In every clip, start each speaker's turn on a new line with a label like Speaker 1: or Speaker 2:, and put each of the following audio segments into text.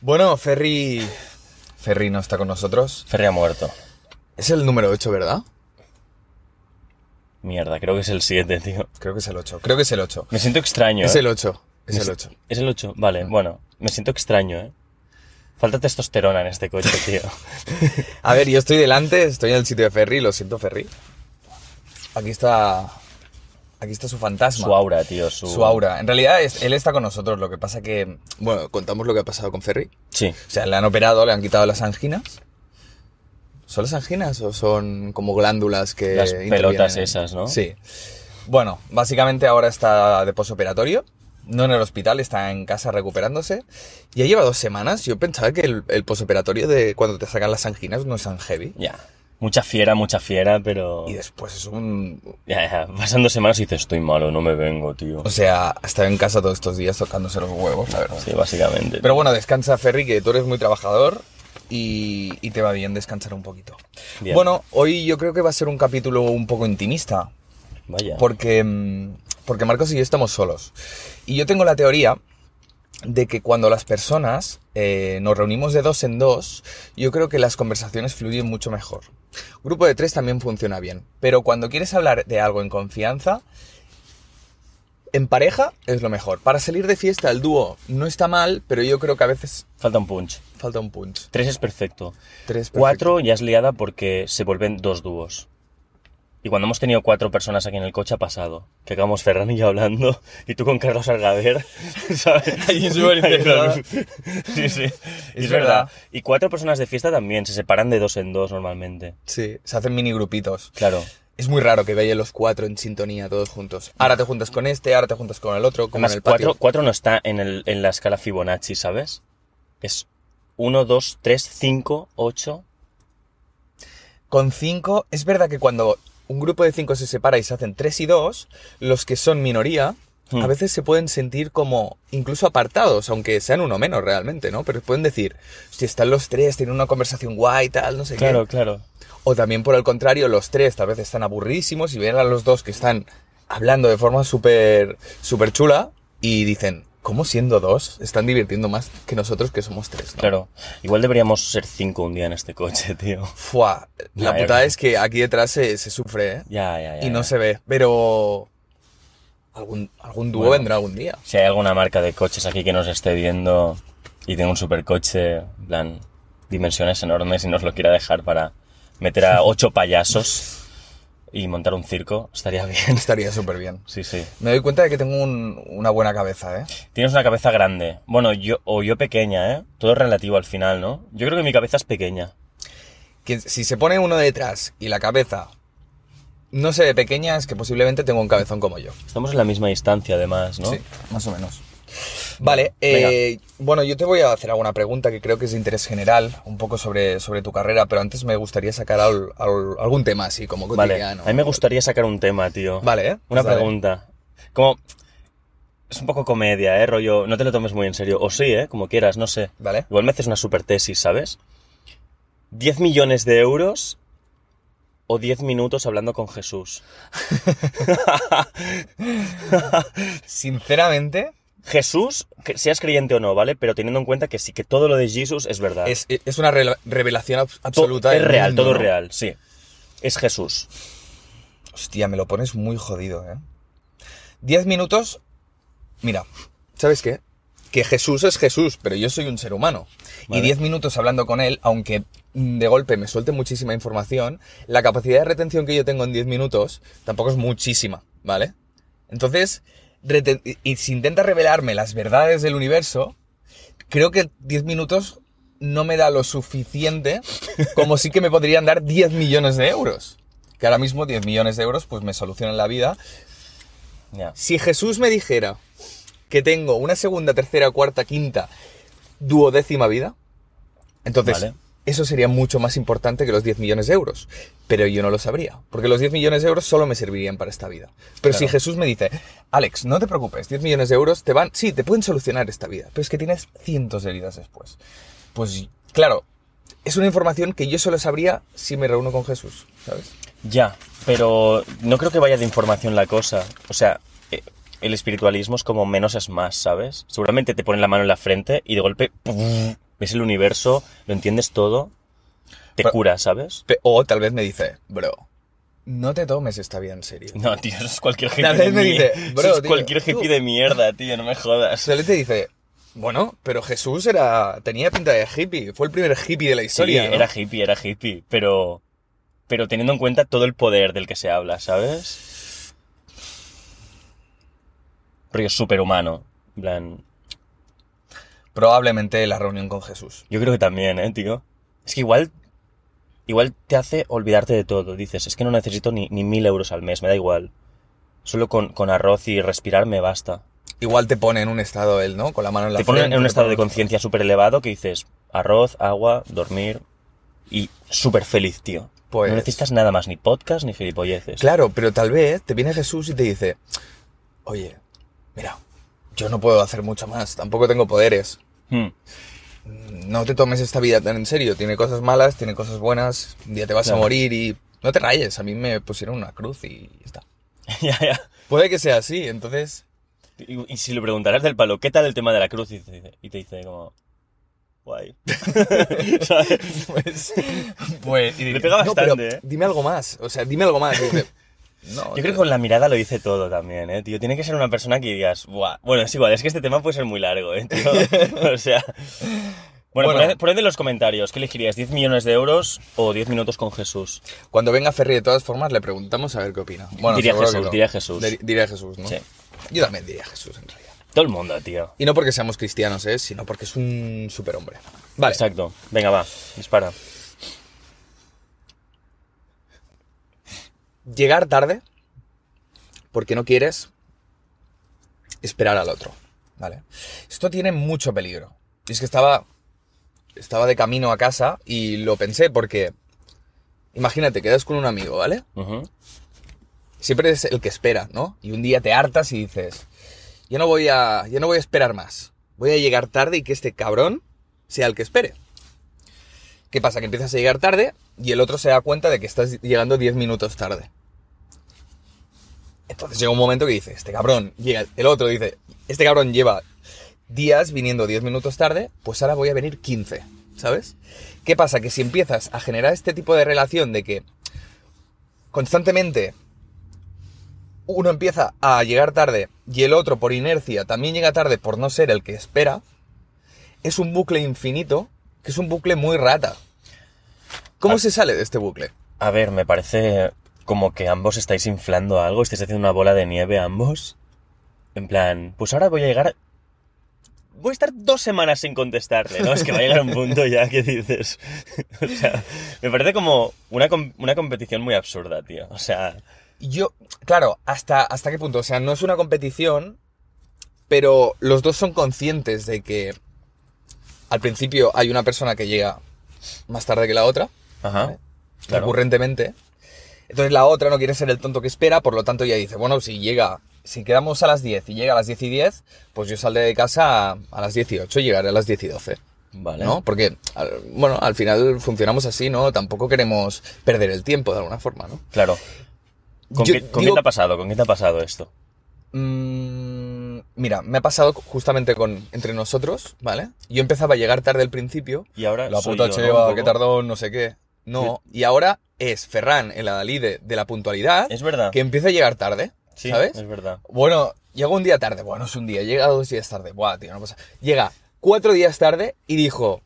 Speaker 1: Bueno, Ferry. Ferry no está con nosotros.
Speaker 2: Ferry ha muerto.
Speaker 1: Es el número 8, ¿verdad?
Speaker 2: Mierda, creo que es el 7, tío.
Speaker 1: Creo que es el 8. Creo que es el 8.
Speaker 2: Me siento extraño.
Speaker 1: Es
Speaker 2: ¿eh?
Speaker 1: el 8. Es
Speaker 2: Me
Speaker 1: el
Speaker 2: si-
Speaker 1: 8.
Speaker 2: Es el 8, vale, bueno. Me siento extraño, ¿eh? Falta testosterona en este coche, tío.
Speaker 1: A ver, yo estoy delante, estoy en el sitio de Ferry, lo siento, Ferry. Aquí está. Aquí está su fantasma.
Speaker 2: Su aura, tío. Su,
Speaker 1: Su aura. En realidad, es- él está con nosotros, lo que pasa que. Bueno, contamos lo que ha pasado con Ferry.
Speaker 2: Sí.
Speaker 1: O sea, le han operado, le han quitado las anginas. ¿Son las anginas o son como glándulas que...
Speaker 2: Las
Speaker 1: intervienen
Speaker 2: pelotas
Speaker 1: en-
Speaker 2: esas, ¿no?
Speaker 1: Sí. Bueno, básicamente ahora está de posoperatorio, no en el hospital, está en casa recuperándose. Ya lleva dos semanas, yo pensaba que el, el posoperatorio de cuando te sacan las anginas no es tan heavy.
Speaker 2: Ya. Mucha fiera, mucha fiera, pero.
Speaker 1: Y después es un...
Speaker 2: Ya, ya. Pasan dos semanas y dices, estoy malo, no me vengo, tío.
Speaker 1: O sea, ha estado en casa todos estos días tocándose los huevos, la verdad.
Speaker 2: Sí, básicamente.
Speaker 1: Pero bueno, descansa, Ferry, que tú eres muy trabajador y, y te va bien descansar un poquito.
Speaker 2: Bien.
Speaker 1: Bueno, hoy yo creo que va a ser un capítulo un poco intimista,
Speaker 2: Vaya.
Speaker 1: porque, mm, porque Marcos y yo estamos solos. Y yo tengo la teoría de que cuando las personas eh, nos reunimos de dos en dos, yo creo que las conversaciones fluyen mucho mejor. Grupo de tres también funciona bien, pero cuando quieres hablar de algo en confianza, en pareja es lo mejor. Para salir de fiesta el dúo no está mal, pero yo creo que a veces
Speaker 2: Falta un punch.
Speaker 1: falta un punch.
Speaker 2: Tres es perfecto.
Speaker 1: Tres, perfecto.
Speaker 2: Cuatro ya es liada porque se vuelven dos dúos. Y cuando hemos tenido cuatro personas aquí en el coche ha pasado. Que acabamos Ferran y yo hablando y tú con Carlos Algaver. ¿sabes?
Speaker 1: Ahí súper interesada.
Speaker 2: Sí, sí. Es,
Speaker 1: Es verdad.
Speaker 2: verdad. Y cuatro personas de fiesta también se separan de dos en dos normalmente.
Speaker 1: Sí, se hacen mini grupitos.
Speaker 2: Claro.
Speaker 1: Es muy raro que vayan los cuatro en sintonía todos juntos. Ahora te juntas con este, ahora te juntas con el otro, como
Speaker 2: Además,
Speaker 1: en el patio.
Speaker 2: cuatro, cuatro no está en, el- en la escala Fibonacci, ¿sabes? Es uno, dos, tres, cinco, ocho.
Speaker 1: Con cinco, es verdad que cuando un grupo de cinco se separa y se hacen tres y dos, los que son minoría,
Speaker 2: Hmm.
Speaker 1: a veces se pueden sentir como incluso apartados, aunque sean uno menos realmente, ¿no? Pero pueden decir, si están los tres, tienen una conversación guay, tal, no sé
Speaker 2: Claro,
Speaker 1: qué.
Speaker 2: claro.
Speaker 1: O también por el contrario, los tres tal vez están aburridísimos y ven a los dos que están hablando de forma súper súper chula y dicen, ¿cómo siendo dos están divirtiendo más que nosotros que somos tres? ¿no?
Speaker 2: Claro. Igual deberíamos ser cinco un día en este coche, tío.
Speaker 1: Fua, la
Speaker 2: Ya, ya.
Speaker 1: putada es que aquí detrás se, se sufre, ¿eh?
Speaker 2: Ya, ya, ya.
Speaker 1: y no
Speaker 2: ya.
Speaker 1: se ve, pero algún, algún dúo
Speaker 2: Bueno.
Speaker 1: vendrá algún día.
Speaker 2: Si hay alguna marca de coches aquí que nos esté viendo y tenga un supercoche, en plan, dimensiones enormes y nos lo quiera dejar para meter a ocho payasos y montar un circo, estaría bien.
Speaker 1: Estaría súper bien.
Speaker 2: Sí, sí.
Speaker 1: Me doy cuenta de que tengo un- una buena cabeza, ¿eh?
Speaker 2: Tienes una cabeza grande. Bueno, yo, o yo pequeña, ¿eh? Todo es relativo al final, ¿no? Yo creo que mi cabeza es pequeña.
Speaker 1: Que si se pone uno detrás y la cabeza no se ve pequeña, es que posiblemente tengo un cabezón como yo.
Speaker 2: Estamos en la misma distancia, además, ¿no?
Speaker 1: Sí, más o menos. Vale, eh, bueno, yo te voy a hacer alguna pregunta que creo que es de interés general, un poco sobre, sobre tu carrera, pero antes me gustaría sacar al- al- algún tema así, como
Speaker 2: Vale.
Speaker 1: cotidiano.
Speaker 2: A mí me gustaría sacar un tema, tío.
Speaker 1: Vale, ¿eh?
Speaker 2: Una
Speaker 1: Pues dale.
Speaker 2: pregunta. Como. Es un poco comedia, ¿eh? Rollo, no te lo tomes muy en serio. O sí, ¿eh? Como quieras, no sé.
Speaker 1: Vale.
Speaker 2: Igual me haces una super tesis, ¿sabes? 10 millones de euros o 10 minutos hablando con Jesús.
Speaker 1: Sinceramente,
Speaker 2: Jesús, que seas creyente o no, ¿vale? Pero teniendo en cuenta que sí, que todo lo de Jesús es verdad.
Speaker 1: es, es una rela- revelación abs-
Speaker 2: To-
Speaker 1: absoluta.
Speaker 2: Es
Speaker 1: del
Speaker 2: real,
Speaker 1: mundo,
Speaker 2: todo es
Speaker 1: ¿no?
Speaker 2: real, sí. Es Jesús.
Speaker 1: Hostia, me lo pones muy jodido, ¿eh? Diez minutos. Mira, ¿sabes qué? Que Jesús es Jesús, pero yo soy un ser humano. Y
Speaker 2: Vale.
Speaker 1: diez minutos hablando con él, aunque mm, de golpe me suelte muchísima información, la capacidad de retención que yo tengo en diez minutos tampoco es muchísima, ¿vale? Entonces, reten- y- y si intenta revelarme las verdades del universo, creo que diez minutos no me da lo suficiente como sí que me podrían dar 10 millones de euros. Que ahora mismo 10 millones de euros pues me solucionan la vida.
Speaker 2: Ya.
Speaker 1: Si Jesús me dijera que tengo una segunda, tercera, cuarta, quinta, duodécima vida, entonces
Speaker 2: Vale.
Speaker 1: eso sería mucho más importante que los 10 millones de euros. Pero yo no lo sabría, porque los 10 millones de euros solo me servirían para esta vida. Pero si
Speaker 2: Claro.
Speaker 1: Jesús me dice, Alex, no te preocupes, 10 millones de euros te van, sí, te pueden solucionar esta vida, pero es que tienes cientos de vidas después. Pues claro, es una información que yo solo sabría si me reúno con Jesús, ¿sabes?
Speaker 2: Ya, pero no creo que vaya de información la cosa. O sea, eh, el espiritualismo es como menos es más, ¿sabes? Seguramente te ponen la mano en la frente y de golpe ¡pum! ves el universo, lo entiendes todo, te
Speaker 1: Pero-
Speaker 2: cura, ¿sabes?
Speaker 1: Pe- O tal vez me dice, bro, no te tomes esta vida en serio.
Speaker 2: No, tío, eso es cualquier hippie
Speaker 1: La
Speaker 2: de
Speaker 1: vez me
Speaker 2: mierda.
Speaker 1: dice, "Bro,
Speaker 2: Eso es
Speaker 1: tío,
Speaker 2: cualquier
Speaker 1: tú-
Speaker 2: hippie de mierda, tío, no me jodas.
Speaker 1: Se le te dice, bueno, pero Jesús era tenía pinta de hippie, fue el primer hippie de la
Speaker 2: Sí,
Speaker 1: historia. ¿no?".
Speaker 2: era hippie, era hippie, pero... Pero teniendo en cuenta todo el poder del que se habla, ¿sabes? Rollo superhumano. en plan,
Speaker 1: Probablemente la reunión con Jesús.
Speaker 2: Yo creo que también, ¿eh, tío? Es que igual, igual te hace olvidarte de todo. Dices, es que no necesito ni, ni mil euros al mes, me da igual. Solo con, con arroz y respirar me basta.
Speaker 1: Igual te pone en un estado él, ¿no? Con la mano en la
Speaker 2: te ponen
Speaker 1: frente,
Speaker 2: en un
Speaker 1: te
Speaker 2: estado de
Speaker 1: ponen-
Speaker 2: conciencia súper elevado que dices, arroz, agua, dormir y súper feliz, tío.
Speaker 1: Pues-
Speaker 2: No necesitas nada más, ni podcast, ni gilipolleces.
Speaker 1: Claro, pero tal vez te viene Jesús y te dice, oye, mira, yo no puedo hacer mucho más, tampoco tengo poderes.
Speaker 2: Hmm.
Speaker 1: No te tomes esta vida tan en serio, tiene cosas malas, tiene cosas buenas, un día te vas
Speaker 2: Claro.
Speaker 1: a morir y no te rayes, a mí me pusieron una cruz y ya está.
Speaker 2: ya, ya.
Speaker 1: Puede que sea así, entonces...
Speaker 2: Y, y si le preguntarás del palo, ¿qué tal el tema de la cruz? Y te dice, y te dice como, guay. ¿Sabes?
Speaker 1: Pues... pues y-
Speaker 2: Le pega
Speaker 1: no, pero
Speaker 2: bastante, ¿eh?
Speaker 1: Dime algo más, o sea, dime algo más. Y dice, no,
Speaker 2: Yo creo que con la mirada lo dice todo también, ¿eh, tío? Tiene que ser una persona que digas, "Buah". Bueno, es igual, es que este tema puede ser muy largo, ¿eh, tío? o sea... Bueno,
Speaker 1: Bueno.
Speaker 2: poned, poned en los comentarios, ¿qué elegirías? ¿10 millones de euros o 10 minutos con Jesús?
Speaker 1: Cuando venga Ferri, de todas formas, le preguntamos a ver qué opina. Bueno,
Speaker 2: Diría
Speaker 1: seguro que
Speaker 2: Jesús,
Speaker 1: no.
Speaker 2: diría Jesús.
Speaker 1: Dir- Diría Jesús, ¿no?
Speaker 2: Sí.
Speaker 1: Yo también diría Jesús, en realidad.
Speaker 2: Todo el mundo, tío.
Speaker 1: Y no porque seamos cristianos, ¿eh? sino porque es un superhombre. Vale.
Speaker 2: Exacto. Venga, va, dispara.
Speaker 1: Llegar tarde porque no quieres esperar al otro. Vale. Esto tiene mucho peligro. Y es que estaba, estaba de camino a casa y lo pensé porque... Imagínate, quedas con un amigo, ¿vale?
Speaker 2: Ujú.
Speaker 1: Siempre es el que espera, ¿no? Y un día te hartas y dices, yo no voy a, yo no voy a esperar más. Voy a llegar tarde y que este cabrón sea el que espere. ¿Qué pasa? Que empiezas a llegar tarde y el otro se da cuenta de que estás llegando 10 minutos tarde. Entonces llega un momento que dice, este cabrón, llega, el otro dice, este cabrón lleva días viniendo 10 minutos tarde, pues ahora voy a venir 15, ¿sabes? ¿Qué pasa? Que si empiezas a generar este tipo de relación de que constantemente uno empieza a llegar tarde y el otro por inercia también llega tarde por no ser el que espera, es un bucle infinito, que es un bucle muy rata. ¿Cómo
Speaker 2: Ah.
Speaker 1: se sale de este bucle?
Speaker 2: A ver, me parece como que ambos estáis inflando algo, estáis haciendo una bola de nieve ambos. En plan, pues ahora voy a llegar... Voy a estar dos semanas sin contestarle, ¿no? Es que va a llegar un punto ya que dices... O sea, me parece como una, com- una competición muy absurda, tío. O sea,
Speaker 1: Yo, claro, ¿hasta, ¿hasta qué punto? O sea, no es una competición, pero los dos son conscientes de que al principio hay una persona que llega más tarde que la otra,
Speaker 2: ajá. Claro.
Speaker 1: recurrentemente. Entonces la otra no quiere ser el tonto que espera, por lo tanto ella dice, bueno, si llega, si quedamos a las 10 y llega a las 10 y 10, pues yo saldré de casa a, a las 18 y llegaré a las 10 y 12.
Speaker 2: Vale.
Speaker 1: ¿No? Porque, al- bueno, al final funcionamos así, ¿no? Tampoco queremos perder el tiempo de alguna forma, ¿no?
Speaker 2: Claro. ¿Con,
Speaker 1: Yo
Speaker 2: qué,
Speaker 1: digo-
Speaker 2: con quién te ha pasado? ¿Con quién te ha pasado esto?
Speaker 1: Mm, mira, me ha pasado justamente con entre nosotros, ¿vale? Yo empezaba a llegar tarde al principio.
Speaker 2: Y ahora
Speaker 1: La
Speaker 2: Ah, soy
Speaker 1: puta
Speaker 2: yo, ¿no? Un
Speaker 1: cheva,
Speaker 2: poco.
Speaker 1: que tardó, no sé qué. No, y ahora es Ferran, el adalide de la puntualidad,
Speaker 2: Es verdad.
Speaker 1: que empieza a llegar tarde,
Speaker 2: Sí,
Speaker 1: ¿sabes?
Speaker 2: es verdad.
Speaker 1: Bueno, llega un día tarde, bueno, es un día, llega dos días tarde, buah, tío, no pasa. Llega cuatro días tarde y dijo,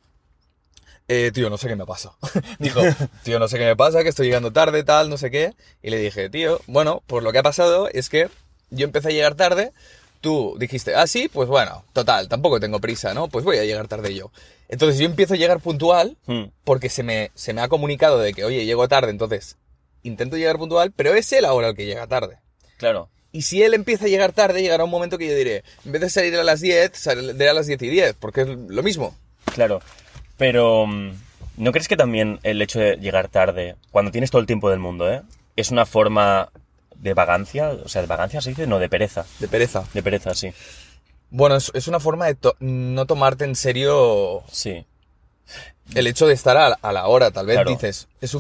Speaker 1: eh, tío, no sé qué me pasa. dijo, tío, no sé qué me pasa, que estoy llegando tarde, tal, no sé qué. Y le dije, tío, bueno, pues lo que ha pasado es que yo empecé a llegar tarde, tú dijiste, ah, sí, pues bueno, total, tampoco tengo prisa, ¿no? Pues voy a llegar tarde yo. Entonces yo empiezo a llegar puntual
Speaker 2: Hmm.
Speaker 1: porque se me, se me ha comunicado de que, oye, llego tarde, entonces intento llegar puntual, pero es él ahora el que llega tarde.
Speaker 2: Claro.
Speaker 1: Y si él empieza a llegar tarde, llegará un momento que yo diré, en vez de salir a las 10, saldré a las 10 y 10, porque es lo mismo.
Speaker 2: Claro, pero mm, ¿no crees que también el hecho de llegar tarde, cuando tienes todo el tiempo del mundo, ¿eh? es una forma de vagancia? O sea, de vagancia se dice, no, de pereza.
Speaker 1: De pereza.
Speaker 2: De pereza, sí.
Speaker 1: Bueno, es, es una forma de to- no tomarte en serio
Speaker 2: Sí.
Speaker 1: el hecho de estar a, la- a la hora, tal vez
Speaker 2: Claro.
Speaker 1: dices, ¿es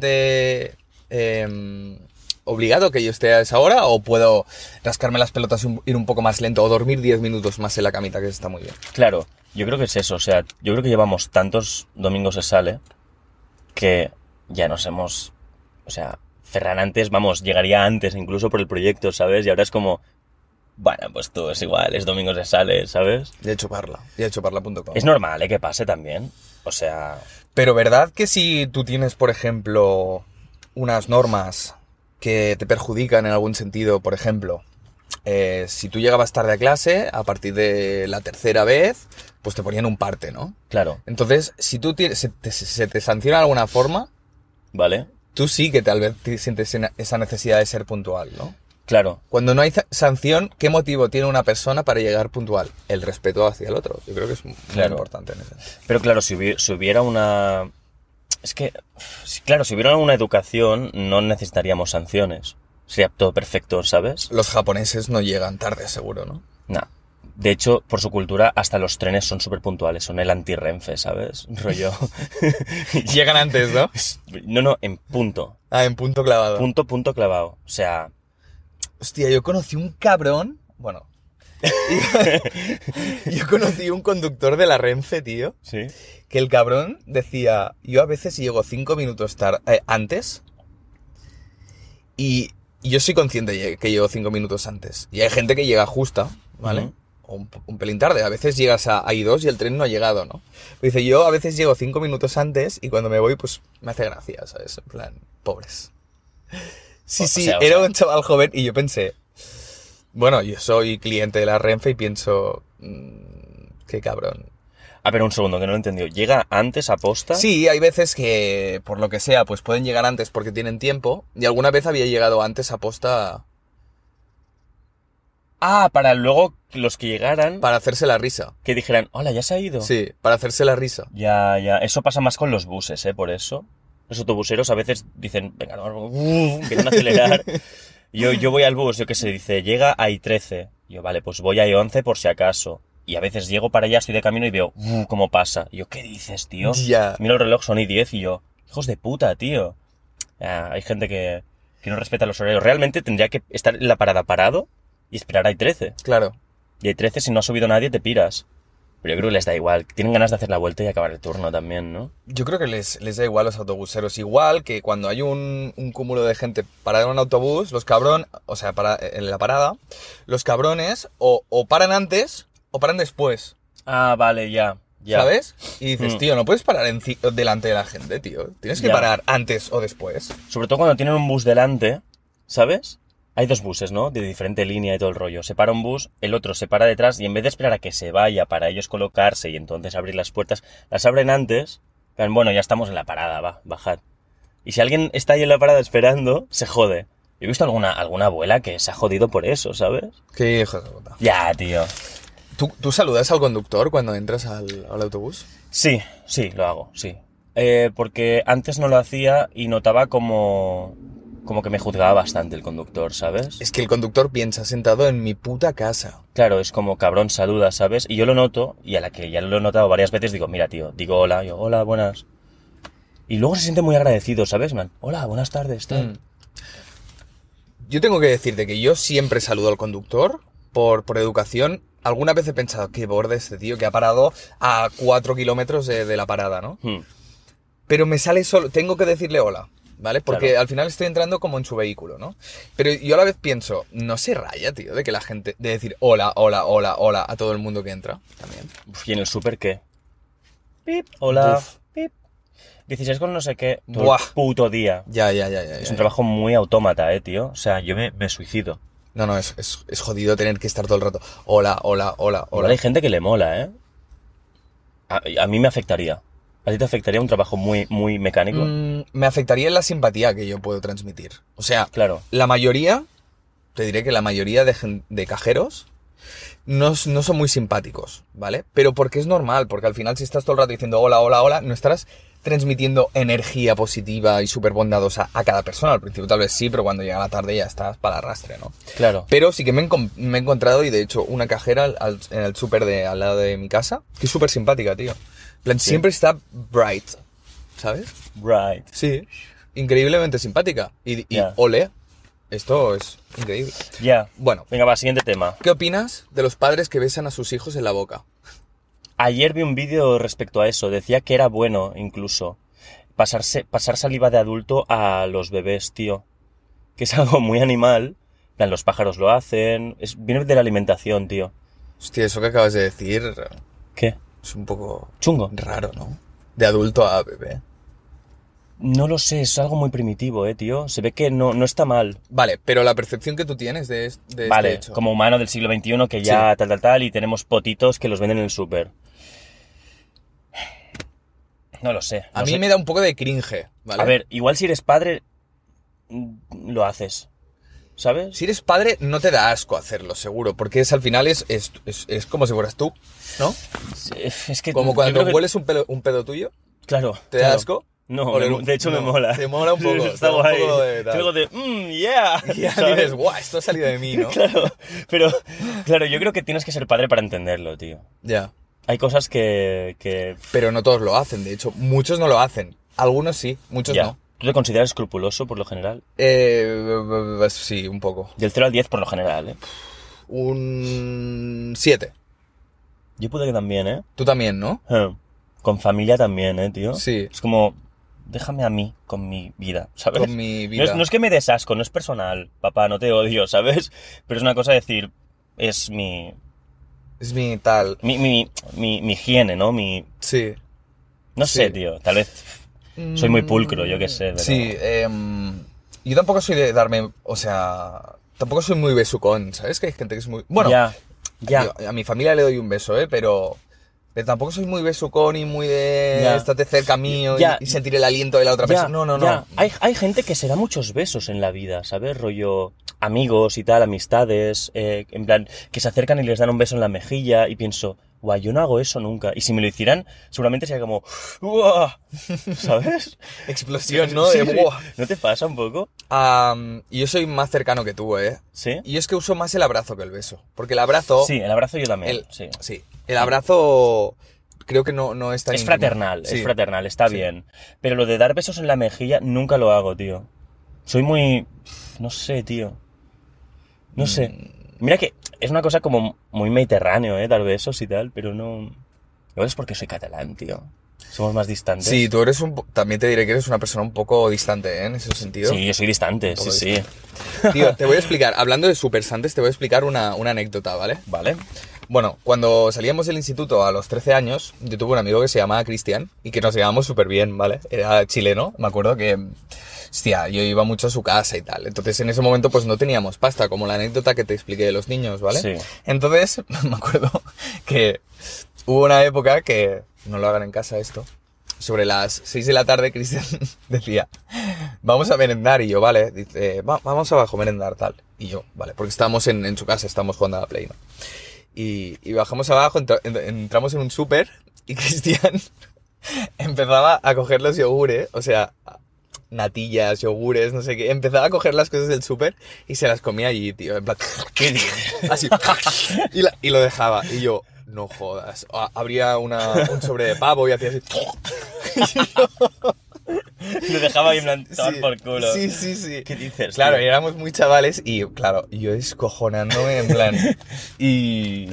Speaker 1: suficientemente em, obligado que yo esté a esa hora o puedo rascarme las pelotas y un- ir un poco más lento o dormir 10 minutos más en la camita, que eso está muy bien?
Speaker 2: Claro, Yo creo que es eso, o sea, yo creo que llevamos tantos domingos se sale que ya nos hemos, o sea, Ferran antes, vamos, llegaría antes incluso por el proyecto, ¿sabes? Y ahora es como, bueno, pues tú es igual, es domingo se sale, ¿sabes?
Speaker 1: Ya he hecho parla, ya he hecho parla.com.
Speaker 2: Es normal, ¿eh? Que pase también, o sea,
Speaker 1: Pero ¿verdad que si tú tienes, por ejemplo, unas normas que te perjudican en algún sentido, por ejemplo, eh, si tú llegabas tarde a clase, a partir de la tercera vez, pues te ponían un parte, ¿no?
Speaker 2: claro,
Speaker 1: Entonces, si tú tienes- se te, se te sanciona de alguna forma,
Speaker 2: ¿vale?
Speaker 1: tú sí que tal vez te sientes en- esa necesidad de ser puntual, ¿no?
Speaker 2: Claro,
Speaker 1: Cuando no hay za- sanción, ¿qué motivo tiene una persona para llegar puntual? El respeto hacia el otro. Yo creo que es muy
Speaker 2: Claro.
Speaker 1: importante en ese sentido.
Speaker 2: Pero claro, si hubiera, si hubiera una... Es que, si- claro, si hubiera una educación no necesitaríamos sanciones. Sería todo perfecto, ¿sabes?
Speaker 1: Los japoneses no llegan tarde, seguro, ¿no?
Speaker 2: No. De hecho, por su cultura, hasta los trenes son súper puntuales, son el anti-renfe, ¿sabes? Rollo.
Speaker 1: Llegan antes, ¿no?
Speaker 2: No, no, en punto.
Speaker 1: Ah, en punto clavado.
Speaker 2: Punto, punto clavado. O sea,
Speaker 1: Hostia, yo conocí un cabrón. Bueno. yo conocí un conductor de la Renfe, tío,
Speaker 2: sí.
Speaker 1: que el cabrón decía, yo a veces llego cinco minutos tar- eh, antes y yo soy consciente lle- que llego cinco minutos antes. Y hay gente que llega justa, ¿vale?
Speaker 2: Ujú.
Speaker 1: O un, un pelín tarde. A veces llegas a, a I2 y el tren no ha llegado, ¿no? Pero dice, yo a veces llego cinco minutos antes y cuando me voy, pues me hace gracia, ¿sabes? En plan, pobres. Sí,
Speaker 2: O- o
Speaker 1: sí,
Speaker 2: sea, o
Speaker 1: era
Speaker 2: sea-
Speaker 1: un chaval joven y yo pensé, bueno, yo soy cliente de la Renfe y pienso, mm, qué cabrón.
Speaker 2: A ver, un segundo, que no lo he entendido. ¿Llega antes a posta?
Speaker 1: Sí, hay veces que, por lo que sea, pues pueden llegar antes porque tienen tiempo. Y alguna vez había llegado antes a posta
Speaker 2: Ah, para luego los que llegaran,
Speaker 1: para hacerse la risa.
Speaker 2: que dijeran, hola, ya se ha ido.
Speaker 1: Sí, para hacerse la risa.
Speaker 2: Ya, ya. Eso pasa más con los buses, ¿eh? Por eso. Los autobuseros a veces dicen, venga, no, uh, quieren acelerar. Yo, yo voy al bus, yo qué sé, dice, llega a I13. Yo, vale, pues voy a I11 por si acaso. Y a veces llego para allá, estoy de camino y veo, uh, cómo pasa. Y yo, ¿qué dices, tío?
Speaker 1: Ya.
Speaker 2: Miro el reloj, son I10 y yo, hijos de puta, tío. Ah, hay gente que, que no respeta los horarios. Realmente tendría que estar en la parada parado y esperar a I13.
Speaker 1: Claro.
Speaker 2: Y hay 13, si no ha subido nadie, te piras. Pero yo creo que les da igual. Tienen ganas de hacer la vuelta y acabar el turno también, ¿no?
Speaker 1: Yo creo que les, les da igual a los autobuseros. Igual que cuando hay un, un cúmulo de gente parada en un autobús, los cabrón, o sea, para, en la parada, los cabrones o, o paran antes o paran después.
Speaker 2: Ah, vale, ya. ya.
Speaker 1: ¿Sabes? Y dices,
Speaker 2: Mm.
Speaker 1: tío, no puedes parar enci- delante de la gente, tío. Tienes que
Speaker 2: Ya.
Speaker 1: parar antes o después.
Speaker 2: Sobre todo cuando tienen un bus delante, ¿sabes? Hay dos buses, ¿no? De diferente línea y todo el rollo. Se para un bus, el otro se para detrás y en vez de esperar a que se vaya para ellos colocarse y entonces abrir las puertas, las abren antes. En plan, Bueno, ya estamos en la parada, va, bajad. Y si alguien está ahí en la parada esperando, se jode. He visto alguna, alguna abuela que se ha jodido por eso, ¿sabes?
Speaker 1: Qué hijo de puta.
Speaker 2: Ya, tío.
Speaker 1: ¿Tú, tú saludas al conductor cuando entras al, al autobús?
Speaker 2: Sí, sí, lo hago, sí. Eh, porque antes no lo hacía y notaba como, como que me juzgaba bastante el conductor, ¿sabes?
Speaker 1: Es que el conductor piensa sentado en mi puta casa.
Speaker 2: Claro, es como cabrón, saluda, ¿sabes? Y yo lo noto, y a la que ya lo he notado varias veces, digo, mira, tío, digo hola, yo, hola, buenas. Y luego se siente muy agradecido, ¿sabes, man? Hola, buenas tardes, tal.
Speaker 1: Mm. Yo tengo que decirte que yo siempre saludo al conductor por, por educación. Alguna vez he pensado, qué borde este tío que ha parado a cuatro kilómetros de, de la parada, ¿no?
Speaker 2: Hmm,
Speaker 1: Pero me sale solo, tengo que decirle hola, ¿vale? Porque
Speaker 2: Claro.
Speaker 1: al final estoy entrando como en su vehículo, ¿no? Pero yo a la vez pienso, no se raya, tío, de que la gente, de decir hola, hola, hola, hola a todo el mundo que entra. También.
Speaker 2: Uf, ¿Y en el súper qué? Pip, hola,
Speaker 1: Buf.
Speaker 2: pip. 16 con no sé qué, todo el
Speaker 1: Buah. Eh.
Speaker 2: puto día.
Speaker 1: Ya, ya, ya, ya.
Speaker 2: Es
Speaker 1: ya,
Speaker 2: un
Speaker 1: ya.
Speaker 2: trabajo muy autómata, eh, tío. O sea, yo me, me suicido.
Speaker 1: No, no, es, es, es jodido tener que estar todo el rato. Hola, hola, hola,
Speaker 2: Igual
Speaker 1: hola.
Speaker 2: hay gente que le mola, ¿eh? A, a mí me afectaría. ¿A ti te afectaría un trabajo muy, muy mecánico?
Speaker 1: Mm, me afectaría en la simpatía que yo puedo transmitir. O sea,
Speaker 2: Claro.
Speaker 1: la mayoría, te diré que la mayoría de, gen- de cajeros no, s- no son muy simpáticos, ¿vale? Pero porque es normal, porque al final si estás todo el rato diciendo hola, hola, hola, no estarás transmitiendo energía positiva y súper bondadosa a cada persona. Al principio tal vez sí, pero cuando llega la tarde ya estás para el arrastre, ¿no?
Speaker 2: Claro.
Speaker 1: Pero sí que me, he encon- me he encontrado, y de hecho, una cajera al- al- en el súper de al lado de mi casa, que es súper simpática, tío. En plan, siempre está bright, ¿sabes?
Speaker 2: Right.
Speaker 1: Sí. Increíblemente simpática. Y, y
Speaker 2: Ya.
Speaker 1: ole, esto es increíble.
Speaker 2: Ya.
Speaker 1: Bueno,
Speaker 2: Venga, va, siguiente tema.
Speaker 1: ¿qué opinas de los padres que besan a sus hijos en la boca?
Speaker 2: Ayer vi un vídeo respecto a eso. Decía que era bueno, incluso, pasarse, pasar saliva de adulto a los bebés, tío. Que es algo muy animal. En plan, los pájaros lo hacen. Es, viene de la alimentación, tío.
Speaker 1: Hostia, eso que acabas de decir
Speaker 2: ¿Qué?
Speaker 1: es un poco
Speaker 2: Chungo.
Speaker 1: raro, ¿no? De adulto a bebé.
Speaker 2: No lo sé, es algo muy primitivo, eh, tío. Se ve que no, no está mal.
Speaker 1: Vale, pero la percepción que tú tienes de, es- de
Speaker 2: Vale,
Speaker 1: este hecho.
Speaker 2: como humano del siglo XXI que ya tal, tal, tal, y tenemos potitos que los venden en el súper. No lo sé.
Speaker 1: A
Speaker 2: no
Speaker 1: mí
Speaker 2: sé.
Speaker 1: me da un poco de cringe, ¿vale?
Speaker 2: A ver, igual si eres padre, mm, lo haces. ¿Sabes?
Speaker 1: Si eres padre, no te da asco hacerlo, seguro, porque es al final es, es, es- es como si fueras tú, ¿no?
Speaker 2: Es es que.
Speaker 1: Como
Speaker 2: yo
Speaker 1: cuando
Speaker 2: creo que-
Speaker 1: hueles un, pelo, un pedo tuyo,
Speaker 2: Claro.
Speaker 1: ¿te da
Speaker 2: claro.
Speaker 1: asco?
Speaker 2: No,
Speaker 1: Oler
Speaker 2: me-
Speaker 1: un-
Speaker 2: de hecho me
Speaker 1: no,
Speaker 2: mola.
Speaker 1: te mola un poco, te
Speaker 2: Está
Speaker 1: da un
Speaker 2: guay.
Speaker 1: poco de tal.
Speaker 2: Luego de, mmm, yeah.
Speaker 1: Y ya
Speaker 2: ¿sabes?
Speaker 1: dices, guau, esto ha salido de mí, ¿no?
Speaker 2: Claro, pero claro, yo creo que tienes que ser padre para entenderlo, tío.
Speaker 1: Ya.
Speaker 2: Hay cosas que, que
Speaker 1: Pero no todos lo hacen, de hecho, muchos no lo hacen. Algunos sí, muchos
Speaker 2: ya.
Speaker 1: no.
Speaker 2: ¿Tú te consideras escrupuloso por lo general?
Speaker 1: Eh, sí, un poco.
Speaker 2: Del 0 al 10 por lo general, ¿eh?
Speaker 1: Un 7.
Speaker 2: Yo pude que también, ¿eh?
Speaker 1: Tú también, ¿no?
Speaker 2: Eh, Con familia también, ¿eh, tío?
Speaker 1: Sí.
Speaker 2: Es como, déjame a mí con mi vida, ¿sabes?
Speaker 1: Con mi vida.
Speaker 2: No es, no es que me des asco, no es personal, papá, no te odio, ¿sabes? Pero es una cosa decir, es mi,
Speaker 1: Es mi tal.
Speaker 2: mi, mi, mi, mi higiene, ¿no? Mi,
Speaker 1: Sí.
Speaker 2: no sé,
Speaker 1: Sí.
Speaker 2: tío, tal vez soy muy
Speaker 1: Mm,
Speaker 2: pulcro, yo qué sé. pero-
Speaker 1: Sí, em, yo tampoco soy de darme, o sea, tampoco soy muy besucón, ¿sabes? Que hay gente que es muy... Bueno,
Speaker 2: ya, ya.
Speaker 1: yo- a mi familia le doy un beso, ¿eh? Pero, pero tampoco soy muy besucón y muy de...
Speaker 2: Ya.
Speaker 1: Estate cerca mío y-
Speaker 2: Ya.
Speaker 1: y, sentir el aliento de la otra
Speaker 2: Ya,
Speaker 1: persona. No, no, no.
Speaker 2: ya. Hay, hay gente que se da muchos besos en la vida, ¿sabes? Rollo amigos y tal, amistades, eh, en plan, que se acercan y les dan un beso en la mejilla y pienso, guau, yo no hago eso nunca. Y si me lo hicieran, seguramente sería como, guau, ¿sabes?
Speaker 1: Explosión, ¿no? eh, De,
Speaker 2: Sí, sí.
Speaker 1: "Buah".
Speaker 2: ¿No te pasa un poco?
Speaker 1: Am, y yo soy más cercano que tú, ¿eh?
Speaker 2: ¿Sí?
Speaker 1: Y es que uso más el abrazo que el beso. Porque el abrazo...
Speaker 2: Sí, el abrazo yo también,
Speaker 1: El,
Speaker 2: sí.
Speaker 1: sí. el abrazo creo que no, no es tan
Speaker 2: Es
Speaker 1: íntimo.
Speaker 2: fraternal,
Speaker 1: Sí.
Speaker 2: es fraternal, está
Speaker 1: Sí.
Speaker 2: bien. Pero lo de dar besos en la mejilla nunca lo hago, tío. Soy muy... No sé, tío. No sé.
Speaker 1: Mm.
Speaker 2: Mira que es una cosa como muy mediterráneo, ¿eh? Dar besos y tal, pero no... Igual es porque soy catalán, tío. Somos más distantes.
Speaker 1: Sí, tú eres un... po- También te diré que eres una persona un poco distante, ¿eh? En ese sentido.
Speaker 2: Sí, yo soy distante, sí,
Speaker 1: poco
Speaker 2: sí.
Speaker 1: Tío, te voy a explicar. Hablando de supersantes, te voy a explicar una, una anécdota, ¿vale?
Speaker 2: Vale.
Speaker 1: Bueno, cuando salíamos del instituto a los 13 años, yo tuve un amigo que se llamaba Cristian y que nos llevábamos súper bien, ¿vale? Era chileno, me acuerdo que, hostia, yo iba mucho a su casa y tal. Entonces en ese momento pues no teníamos pasta, como la anécdota que te expliqué de los niños, ¿vale?
Speaker 2: Sí.
Speaker 1: Entonces me acuerdo que hubo una época que, no lo hagan en casa esto, sobre las 6 de la tarde Cristian decía, vamos a merendar y yo, vale, dice, "Va- vamos abajo a merendar tal. Y yo, vale, porque estábamos en, en su casa, estamos jugando a la Play, ¿no? y, y bajamos abajo, entra- en- entramos en un súper y Cristian empezaba a coger los yogures, o sea, natillas, yogures, no sé qué, empezaba a coger las cosas del súper y se las comía allí, tío, en plan,
Speaker 2: ¿Qué dices?
Speaker 1: así, y, la- y lo dejaba, y yo, no jodas, A- abría una, un sobre de pavo y hacía así,
Speaker 2: Lo dejaba ahí en plan,
Speaker 1: Sí,
Speaker 2: tomar por culo.
Speaker 1: Sí, sí, sí.
Speaker 2: ¿Qué dices,
Speaker 1: Claro,
Speaker 2: tío?
Speaker 1: y éramos muy chavales y, claro, yo descojonándome en plan. Y.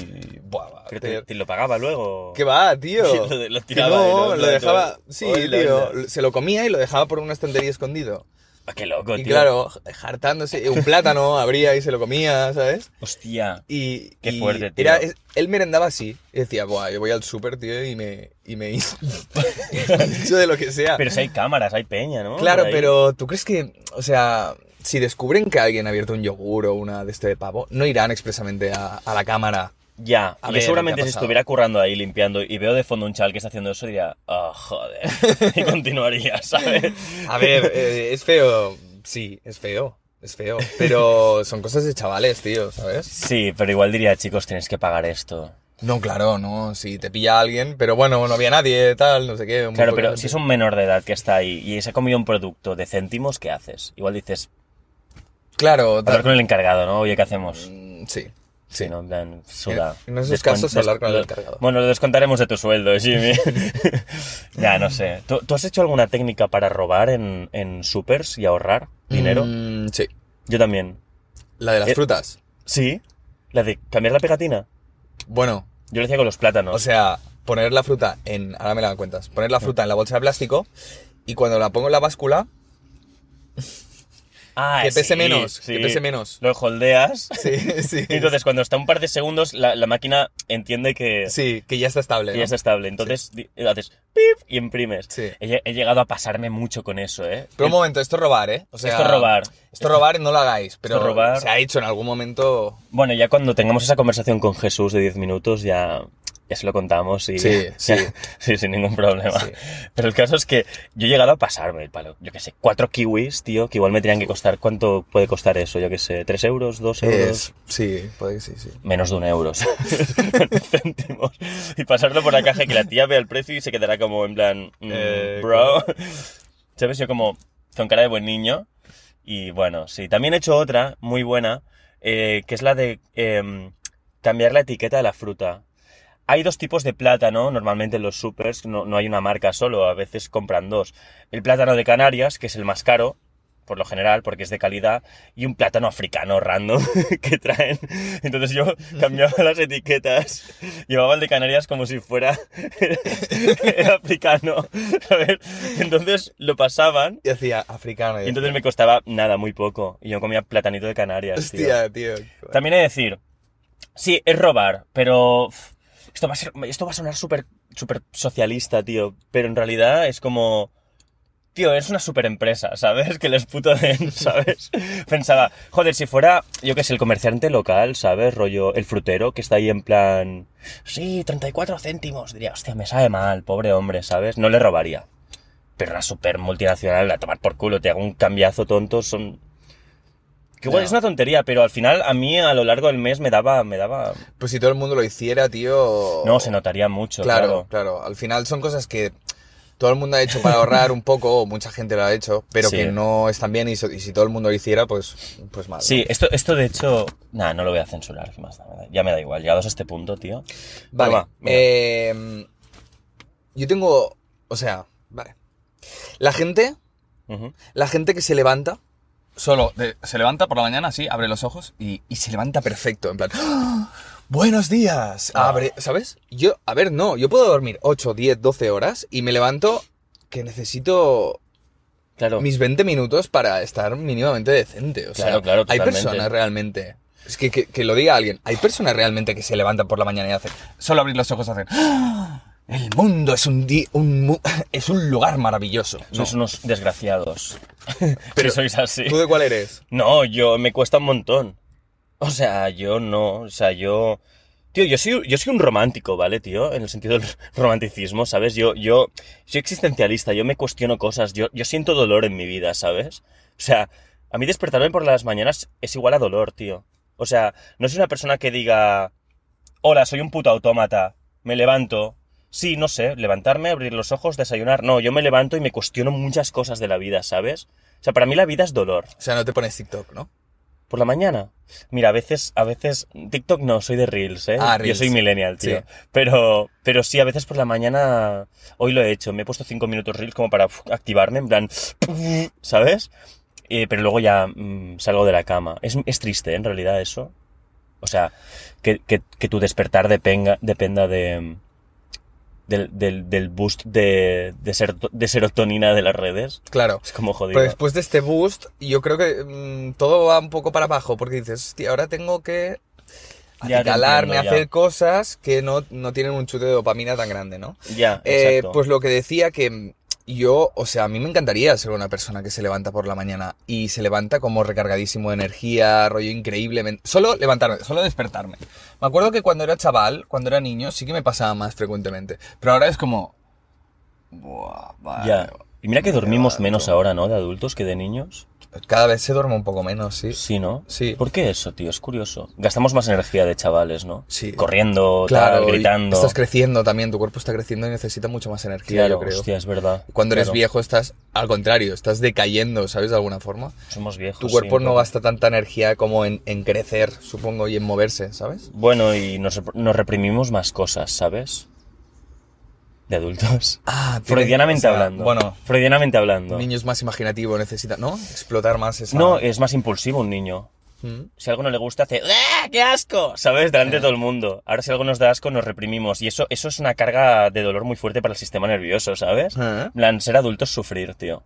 Speaker 1: Buah, va,
Speaker 2: Pero
Speaker 1: te-
Speaker 2: te, te lo pagaba luego.
Speaker 1: ¿Qué va, tío?
Speaker 2: Lo de- lo
Speaker 1: Que
Speaker 2: tiraba
Speaker 1: no,
Speaker 2: y
Speaker 1: lo,
Speaker 2: lo- lo-
Speaker 1: dejaba.
Speaker 2: lo-
Speaker 1: Sí,
Speaker 2: Hola,
Speaker 1: tío.
Speaker 2: hola.
Speaker 1: Se lo comía y lo dejaba por una estantería escondido.
Speaker 2: Ah, qué loco,
Speaker 1: y
Speaker 2: tío.
Speaker 1: claro, jartándose. Un plátano abría y se lo comía, ¿sabes?
Speaker 2: Hostia.
Speaker 1: Y.
Speaker 2: Qué
Speaker 1: y
Speaker 2: fuerte, tío.
Speaker 1: era- es- él merendaba así. Y decía, buah, yo voy al súper, tío, y me. Y me hizo. hizo de lo que sea.
Speaker 2: Pero si hay cámaras, hay peña, ¿no?
Speaker 1: claro,
Speaker 2: Por ahí.
Speaker 1: pero ¿tú crees que.? O sea. Si descubren que alguien ha abierto un yogur o una de este de pavo, no irán expresamente a, a la cámara.
Speaker 2: Ya,
Speaker 1: A
Speaker 2: yo
Speaker 1: ver,
Speaker 2: seguramente
Speaker 1: ¿qué ha
Speaker 2: si
Speaker 1: pasado?
Speaker 2: estuviera currando ahí limpiando y veo de fondo un chaval que está haciendo eso, diría, ah, joder, y continuaría, ¿sabes?
Speaker 1: A ver, eh, es feo. Sí, es feo. Es feo. Pero son cosas de chavales, tío, ¿sabes?
Speaker 2: Sí, pero igual diría, chicos, tenéis que pagar esto.
Speaker 1: No, claro, no. Si te pilla alguien, pero bueno, no había nadie, tal, no sé qué. muy
Speaker 2: Claro,
Speaker 1: poca
Speaker 2: pero
Speaker 1: gente.
Speaker 2: si es un menor de edad que está ahí y se ha comido un producto de céntimos, ¿qué haces? Igual dices,
Speaker 1: Claro, tal-
Speaker 2: hablar con el encargado, ¿no? Oye, ¿qué hacemos?
Speaker 1: Mm, Sí,
Speaker 2: Sí,
Speaker 1: sí.
Speaker 2: ¿no? En plan, suda.
Speaker 1: En- en esos
Speaker 2: Descuen-
Speaker 1: casos,
Speaker 2: des-
Speaker 1: hablar con el
Speaker 2: lo-
Speaker 1: encargado.
Speaker 2: Bueno, lo descontaremos de tu sueldo, Jimmy. ya, no sé. ¿Tú, tú has hecho alguna técnica para robar en, en supers y ahorrar dinero?
Speaker 1: Mm, sí.
Speaker 2: Yo también.
Speaker 1: La de las
Speaker 2: Eh,
Speaker 1: frutas.
Speaker 2: Sí. La de cambiar la pegatina.
Speaker 1: Bueno,
Speaker 2: Yo lo hacía con los plátanos.
Speaker 1: o sea, poner la fruta en. Ahora me la cuentas. Poner la fruta en la bolsa de plástico y cuando la pongo en la báscula,
Speaker 2: Ah,
Speaker 1: Que pese
Speaker 2: sí,
Speaker 1: menos,
Speaker 2: sí.
Speaker 1: que pese menos.
Speaker 2: Lo holdeas.
Speaker 1: sí, sí.
Speaker 2: Y entonces, cuando está un par de segundos, la, la máquina entiende que,
Speaker 1: Sí, que ya está estable.
Speaker 2: que
Speaker 1: ¿no?
Speaker 2: ya está estable. Entonces, di- haces pip y imprimes.
Speaker 1: Sí.
Speaker 2: He, lle- he llegado a pasarme mucho con eso, ¿eh?
Speaker 1: Pero un momento, esto es robar, ¿eh? O sea,
Speaker 2: Esto es robar.
Speaker 1: Esto es robar, no lo hagáis, pero
Speaker 2: es robar.
Speaker 1: se ha hecho en algún momento.
Speaker 2: Bueno, ya cuando tengamos esa conversación con Jesús de 10 minutos, ya, ya se lo contamos y.
Speaker 1: Sí, sí.
Speaker 2: sí, sin ningún problema.
Speaker 1: Sí.
Speaker 2: Pero el caso es que yo he llegado a pasarme el palo. Yo qué sé, cuatro kiwis, tío, que igual me tenían que costar. ¿Cuánto puede costar eso? Yo qué sé, ¿tres euros? ¿Dos euros?
Speaker 1: Es- sí, puede que sí, sí.
Speaker 2: Menos de un euro. céntimos. Y pasarlo por la caja que la tía vea el precio y se quedará como en plan, mm,
Speaker 1: Eh,
Speaker 2: bro. ¿Sabes? Yo como con cara de buen niño. Y bueno, sí. También he hecho otra muy buena, eh, que es la de em, cambiar la etiqueta de la fruta. Hay dos tipos de plátano, normalmente en los supers, no, no hay una marca solo, a veces compran dos. El plátano de Canarias, que es el más caro, por lo general, porque es de calidad, y un plátano africano random que traen. Entonces yo cambiaba las etiquetas, llevaba el de Canarias como si fuera el africano, ¿sabes? Entonces lo pasaban,
Speaker 1: Y hacía africano. y
Speaker 2: y entonces me costaba nada, muy poco, y yo comía platanito de Canarias, tío.
Speaker 1: Hostia, tío.
Speaker 2: También he de decir, sí, es robar, pero uf, esto va a, ser- esto va a sonar súper super socialista, tío. Pero en realidad es como... Tío, es una super empresa, ¿sabes? Que les puto den, ¿sabes? Pensaba, joder, si fuera, yo qué sé, el comerciante local, ¿sabes? Rollo, el frutero que está ahí en plan... Sí, 34 céntimos. Diría, hostia, me sabe mal, pobre hombre, ¿sabes? No le robaría. Pero una super multinacional, a tomar por culo, te hago un cambiazo tonto, son... Que igual
Speaker 1: Ya.
Speaker 2: es una tontería, pero al final a mí a lo largo del mes me daba... Me daba...
Speaker 1: Pues si todo el mundo lo hiciera, tío.
Speaker 2: No, se notaría mucho, claro.
Speaker 1: Oh, Claro, claro. Al final son cosas que todo el mundo ha hecho para ahorrar un poco, o mucha gente lo ha hecho, pero
Speaker 2: Sí.
Speaker 1: que no están bien y, so- y si todo el mundo lo hiciera, pues, pues mal.
Speaker 2: Sí, esto, esto de hecho... Nah, no lo voy a censurar, ¿qué más da? Me da- Ya me da igual, llegados a este punto, tío.
Speaker 1: Vale.
Speaker 2: Pero va, venga.
Speaker 1: eh, yo tengo. O sea, vale. La gente.
Speaker 2: Ujú.
Speaker 1: La gente que se levanta. Solo de- se levanta por la mañana, así, abre los ojos y, y se levanta perfecto. En plan. "¡Ah! ¡Buenos días!
Speaker 2: Ah.
Speaker 1: Abre. ¿Sabes? Yo. A ver, no. Yo puedo dormir 8, 10, 12 horas y me levanto que necesito
Speaker 2: Claro.
Speaker 1: mis 20 minutos para estar mínimamente decente. O sea,
Speaker 2: Claro, claro,
Speaker 1: hay
Speaker 2: totalmente.
Speaker 1: personas realmente. Es que, que, que lo diga alguien. Hay personas realmente que se levantan por la mañana y hacen. Solo abrir los ojos y hacen. "¡Ah! El mundo es un, di- un mu- es un lugar maravilloso. No.
Speaker 2: Sois unos desgraciados. Pero
Speaker 1: Pero-
Speaker 2: sois así.
Speaker 1: ¿Tú de cuál eres?
Speaker 2: No, yo me cuesta un montón. O sea, yo no, o sea, yo... Tío, yo soy, yo soy un romántico, ¿vale, tío? En el sentido del romanticismo, ¿sabes? Yo, yo soy existencialista, yo me cuestiono cosas, yo, yo siento dolor en mi vida, ¿sabes? O sea, a mí despertarme por las mañanas es igual a dolor, tío. O sea, no soy una persona que diga, hola, soy un puto autómata, me levanto. Sí, no sé, levantarme, abrir los ojos, desayunar. No, yo me levanto y me cuestiono muchas cosas de la vida, ¿sabes? O sea, para mí la vida es dolor.
Speaker 1: O sea, no te pones TikTok, ¿no?
Speaker 2: ¿Por la mañana? Mira, a veces, a veces, TikTok no, soy de Reels, ¿eh?
Speaker 1: Ah,
Speaker 2: Yo
Speaker 1: Reels.
Speaker 2: soy millennial, tío.
Speaker 1: Sí.
Speaker 2: Pero, pero sí, a veces por la mañana, hoy lo he hecho, me he puesto cinco minutos Reels como para uf, activarme, en plan, ¿sabes? Eh, pero luego ya mm, salgo de la cama. Es, es triste, ¿eh? en realidad, eso. O sea, que, que- que tu despertar depenga- dependa de... mm, Del, del, del boost de, de, ser- de serotonina de las redes.
Speaker 1: Claro.
Speaker 2: Es como jodido.
Speaker 1: Pero después de este boost, yo creo que mm, todo va un poco para abajo, porque dices, hostia, ahora tengo que
Speaker 2: Ya te
Speaker 1: acicalarme,
Speaker 2: entiendo, ya.
Speaker 1: hacer cosas que no, no tienen un chute de dopamina tan grande, ¿no?
Speaker 2: ya,
Speaker 1: Eh,
Speaker 2: exacto.
Speaker 1: pues lo que decía que mm, yo, o sea, a mí me encantaría ser una persona que se levanta por la mañana y se levanta como recargadísimo de energía, rollo increíblemente. Solo levantarme, solo despertarme. Me acuerdo que cuando era chaval, cuando era niño, sí que me pasaba más frecuentemente. Pero ahora es como. Buah, vale.
Speaker 2: Ya. Y mira que
Speaker 1: me
Speaker 2: dormimos
Speaker 1: levanto.
Speaker 2: menos ahora, ¿no? De adultos que de niños.
Speaker 1: Cada vez se duerme un poco menos, sí.
Speaker 2: Sí, ¿no?
Speaker 1: Sí.
Speaker 2: ¿Por qué eso, tío? Es curioso. Gastamos más energía de chavales, ¿no?
Speaker 1: Sí.
Speaker 2: Corriendo,
Speaker 1: Claro,
Speaker 2: tal,
Speaker 1: y
Speaker 2: gritando.
Speaker 1: estás creciendo también, tu cuerpo está creciendo y necesita mucho más energía,
Speaker 2: claro,
Speaker 1: yo creo.
Speaker 2: hostia, es verdad.
Speaker 1: Cuando eres
Speaker 2: Claro.
Speaker 1: viejo estás, al contrario, estás decayendo, ¿sabes? De alguna forma.
Speaker 2: Somos viejos.
Speaker 1: Tu cuerpo
Speaker 2: Pues sí,
Speaker 1: no
Speaker 2: pero-
Speaker 1: gasta tanta energía como en, en crecer, supongo, y en moverse, ¿sabes?
Speaker 2: Bueno, y nos, nos reprimimos más cosas, ¿sabes? De adultos.
Speaker 1: Ah, tiene-
Speaker 2: Freudianamente
Speaker 1: o sea,
Speaker 2: hablando.
Speaker 1: Bueno,
Speaker 2: Freudianamente hablando. eh.
Speaker 1: un niño es más imaginativo, necesita, ¿no? Explotar más esa...
Speaker 2: No, es más impulsivo un niño.
Speaker 1: Mm.
Speaker 2: Si algo no le gusta, hace ¡Ah, ¡Qué asco! ¿Sabes? Delante de todo el mundo. Ahora, si algo nos da asco, nos reprimimos. Y eso, eso es una carga de dolor muy fuerte para el sistema nervioso, ¿sabes?
Speaker 1: Ah. Pues
Speaker 2: En plan, ser adulto es sufrir, tío.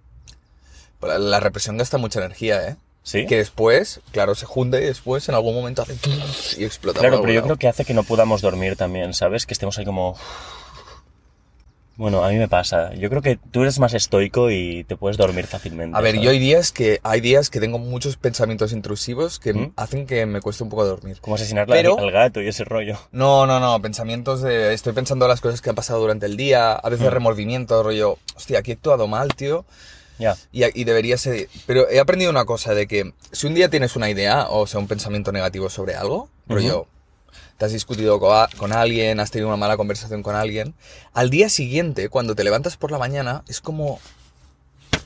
Speaker 1: La, la represión gasta mucha energía, ¿eh?
Speaker 2: ¿Sí?
Speaker 1: Que después, claro, se junta y después en algún momento hace y explota.
Speaker 2: Claro,
Speaker 1: por
Speaker 2: pero yo
Speaker 1: algún
Speaker 2: creo que hace que no podamos dormir también, ¿sabes? Que estemos ahí como... Bueno, a mí me pasa. Yo creo que tú eres más estoico y te puedes dormir fácilmente.
Speaker 1: A ver,
Speaker 2: ¿sabes?
Speaker 1: yo hay días que hay días que tengo muchos pensamientos intrusivos que
Speaker 2: ¿Mm?
Speaker 1: hacen que me cueste un poco dormir.
Speaker 2: Como asesinar la-
Speaker 1: Pero-
Speaker 2: al gato y ese rollo.
Speaker 1: No, no, no, pensamientos de estoy pensando las cosas que han pasado durante el día, a veces remordimiento, rollo, hostia, aquí he actuado mal, tío,
Speaker 2: Ya.
Speaker 1: y, y debería ser... Pero he aprendido una cosa de que si un día tienes una idea, o sea, un pensamiento negativo sobre algo, rollo, te has discutido co- con alguien, has tenido una mala conversación con alguien, al día siguiente, cuando te levantas por la mañana, es como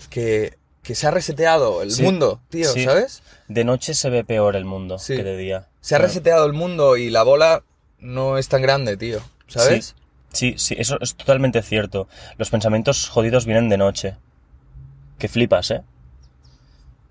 Speaker 1: que, que se ha reseteado el
Speaker 2: Sí.
Speaker 1: mundo, tío,
Speaker 2: Sí.
Speaker 1: ¿sabes?
Speaker 2: De noche se ve peor el mundo
Speaker 1: Sí.
Speaker 2: que de día.
Speaker 1: Se ha
Speaker 2: Claro.
Speaker 1: reseteado el mundo y la bola no es tan grande, tío, ¿sabes?
Speaker 2: Sí, sí, eso es totalmente cierto. Los pensamientos jodidos vienen de noche. Que flipas, ¿eh?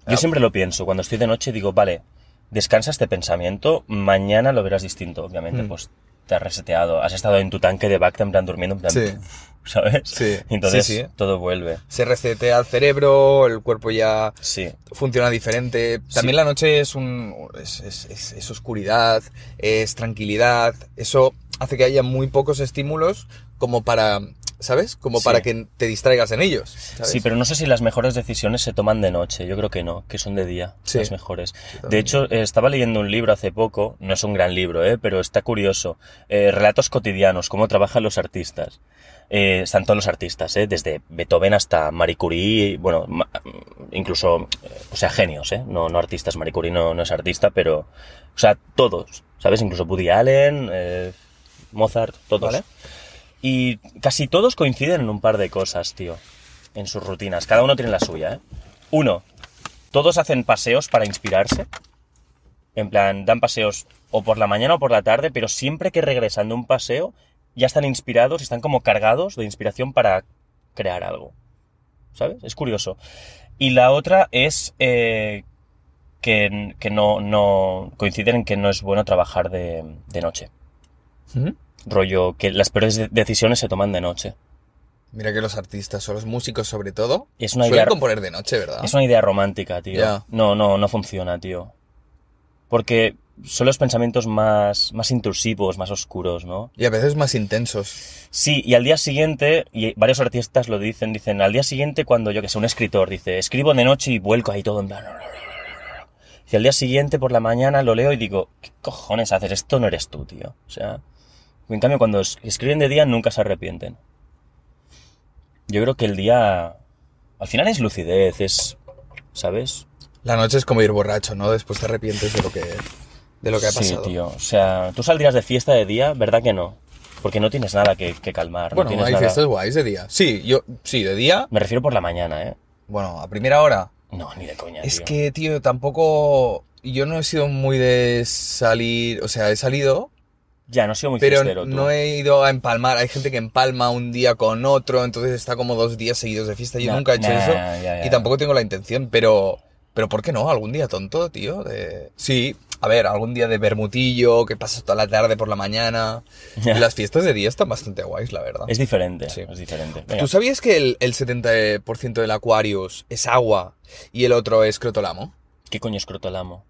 Speaker 2: Yo
Speaker 1: Ah.
Speaker 2: siempre lo pienso. Cuando estoy de noche digo, vale, descansa este pensamiento, mañana lo verás distinto, obviamente.
Speaker 1: Mm.
Speaker 2: Pues te has reseteado, has estado en tu tanque de Bacta en plan durmiendo, en plan,
Speaker 1: Sí.
Speaker 2: ¿sabes?
Speaker 1: Sí, sí,
Speaker 2: Y Entonces
Speaker 1: sí. ¿eh?
Speaker 2: todo vuelve.
Speaker 1: se resetea el cerebro, el cuerpo ya
Speaker 2: Sí,
Speaker 1: funciona diferente. También la noche es un es, es- es- es oscuridad, es tranquilidad. Eso hace que haya muy pocos estímulos como para, ¿sabes? Como
Speaker 2: Sí.
Speaker 1: para que te distraigas en ellos. ¿sabes?
Speaker 2: Sí, pero no sé si las mejores decisiones se toman de noche. Yo creo que no, que son de día
Speaker 1: Sí.
Speaker 2: las mejores. De
Speaker 1: también.
Speaker 2: hecho, eh, estaba leyendo un libro hace poco, no es un gran libro, eh, pero está curioso. Eh, Relatos cotidianos, cómo trabajan los artistas. Eh, están todos los artistas, eh, desde Beethoven hasta Marie Curie, bueno, ma- incluso, eh, o sea, genios, eh, no, no artistas. Marie Curie no, no es artista, pero, o sea, todos, ¿sabes? Incluso Woody Allen, eh, Mozart, todos.
Speaker 1: Vale.
Speaker 2: Y casi todos coinciden en un par de cosas, tío. En sus rutinas. Cada uno tiene la suya, ¿eh? Uno, todos hacen paseos para inspirarse. En plan, dan paseos o por la mañana o por la tarde, pero siempre que regresan de un paseo, ya están inspirados y están como cargados de inspiración para crear algo. ¿Sabes? Es curioso. Y la otra es eh, que, que no, no coinciden en que no es bueno trabajar de, de noche.
Speaker 1: ¿Mm?
Speaker 2: Rollo, que las peores de- decisiones se toman de noche.
Speaker 1: Mira que los artistas o los músicos sobre todo
Speaker 2: Es una
Speaker 1: suelen
Speaker 2: idea-
Speaker 1: componer de noche, ¿verdad?
Speaker 2: Es una idea romántica, tío.
Speaker 1: Ya.
Speaker 2: No, no, no funciona, tío. Porque son los pensamientos más, más intrusivos, más oscuros, ¿no?
Speaker 1: Y a veces más intensos.
Speaker 2: Sí, y al día siguiente, y varios artistas lo dicen, dicen, al día siguiente cuando yo que sé, un escritor dice, escribo de noche y vuelco ahí todo en plan... Y al día siguiente por la mañana lo leo y digo, ¿qué cojones haces? Esto no eres tú, tío. O sea, en cambio cuando es- escriben de día nunca se arrepienten. Yo creo que el día... Al final es lucidez, es... ¿Sabes?
Speaker 1: La noche es como ir borracho, ¿no? Después te arrepientes de lo que de lo que ha pasado.
Speaker 2: Sí, tío. O sea, tú saldrías de fiesta de día, ¿verdad que no? Porque no tienes nada que, que calmar. no
Speaker 1: Bueno,
Speaker 2: tienes
Speaker 1: hay
Speaker 2: nada-
Speaker 1: fiestas guays de día. Sí, yo sí, de día.
Speaker 2: Me refiero por la mañana, ¿eh?
Speaker 1: Bueno, a primera hora
Speaker 2: No, ni de coña.
Speaker 1: Es
Speaker 2: tío.
Speaker 1: que, tío, tampoco. Yo no he sido muy de salir. O sea, he salido,
Speaker 2: Ya, no he sido muy
Speaker 1: pero
Speaker 2: fiestero, tú.
Speaker 1: no he ido a empalmar. Hay gente que empalma un día con otro, entonces está como dos días seguidos de fiesta. Yo
Speaker 2: Nah,
Speaker 1: nunca he hecho
Speaker 2: nah,
Speaker 1: eso.
Speaker 2: ya, ya.
Speaker 1: Y tampoco tengo la intención, pero. Pero ¿por qué no? Algún día tonto, tío. de- Sí, a ver, algún día de bermutillo, que pasas toda la tarde por la mañana.
Speaker 2: Ya.
Speaker 1: Las fiestas de día están bastante guays, la verdad.
Speaker 2: Es diferente,
Speaker 1: Sí.
Speaker 2: es diferente. Venga.
Speaker 1: ¿Tú sabías que el, el 70% del Aquarius es agua y el otro es crotolamo?
Speaker 2: ¿Qué coño es crotolamo?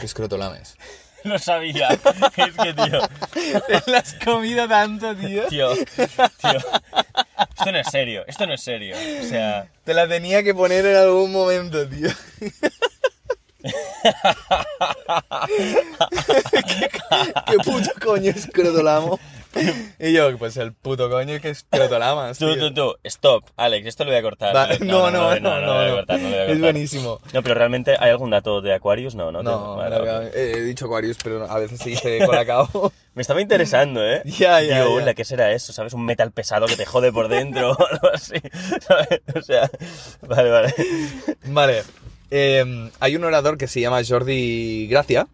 Speaker 1: ¿Qué es crotolames?
Speaker 2: No sabía. es que, tío,
Speaker 1: Te la has comido tanto, tío.
Speaker 2: tío, tío. Esto no es serio, esto no es serio. O sea,
Speaker 1: Te la tenía que poner en algún momento, tío. ¿Qué, qué puto coño es crotolamo? Y yo, pues el puto coño que es crotolamas,
Speaker 2: tú,
Speaker 1: tío.
Speaker 2: tú, tú, stop, Alex, esto lo voy a cortar.
Speaker 1: Va-
Speaker 2: tío.
Speaker 1: no, no, no, no,
Speaker 2: lo voy a
Speaker 1: no.
Speaker 2: cortar, no lo voy a
Speaker 1: Es
Speaker 2: cortar.
Speaker 1: buenísimo.
Speaker 2: No, pero realmente, ¿hay algún dato de Aquarius? No, no.
Speaker 1: No,
Speaker 2: Vale,
Speaker 1: no,
Speaker 2: ok.
Speaker 1: eh, he dicho Aquarius, pero a veces se dice Colacao.
Speaker 2: Me estaba interesando, ¿eh?
Speaker 1: Ya, ya,
Speaker 2: Digo,
Speaker 1: ya.
Speaker 2: "Hola, ¿qué será eso? ¿Sabes? Un metal pesado que te jode por dentro o algo así. ¿Sabes? O sea, vale, vale.
Speaker 1: vale. eh, hay un orador que se llama Jordi Gracia.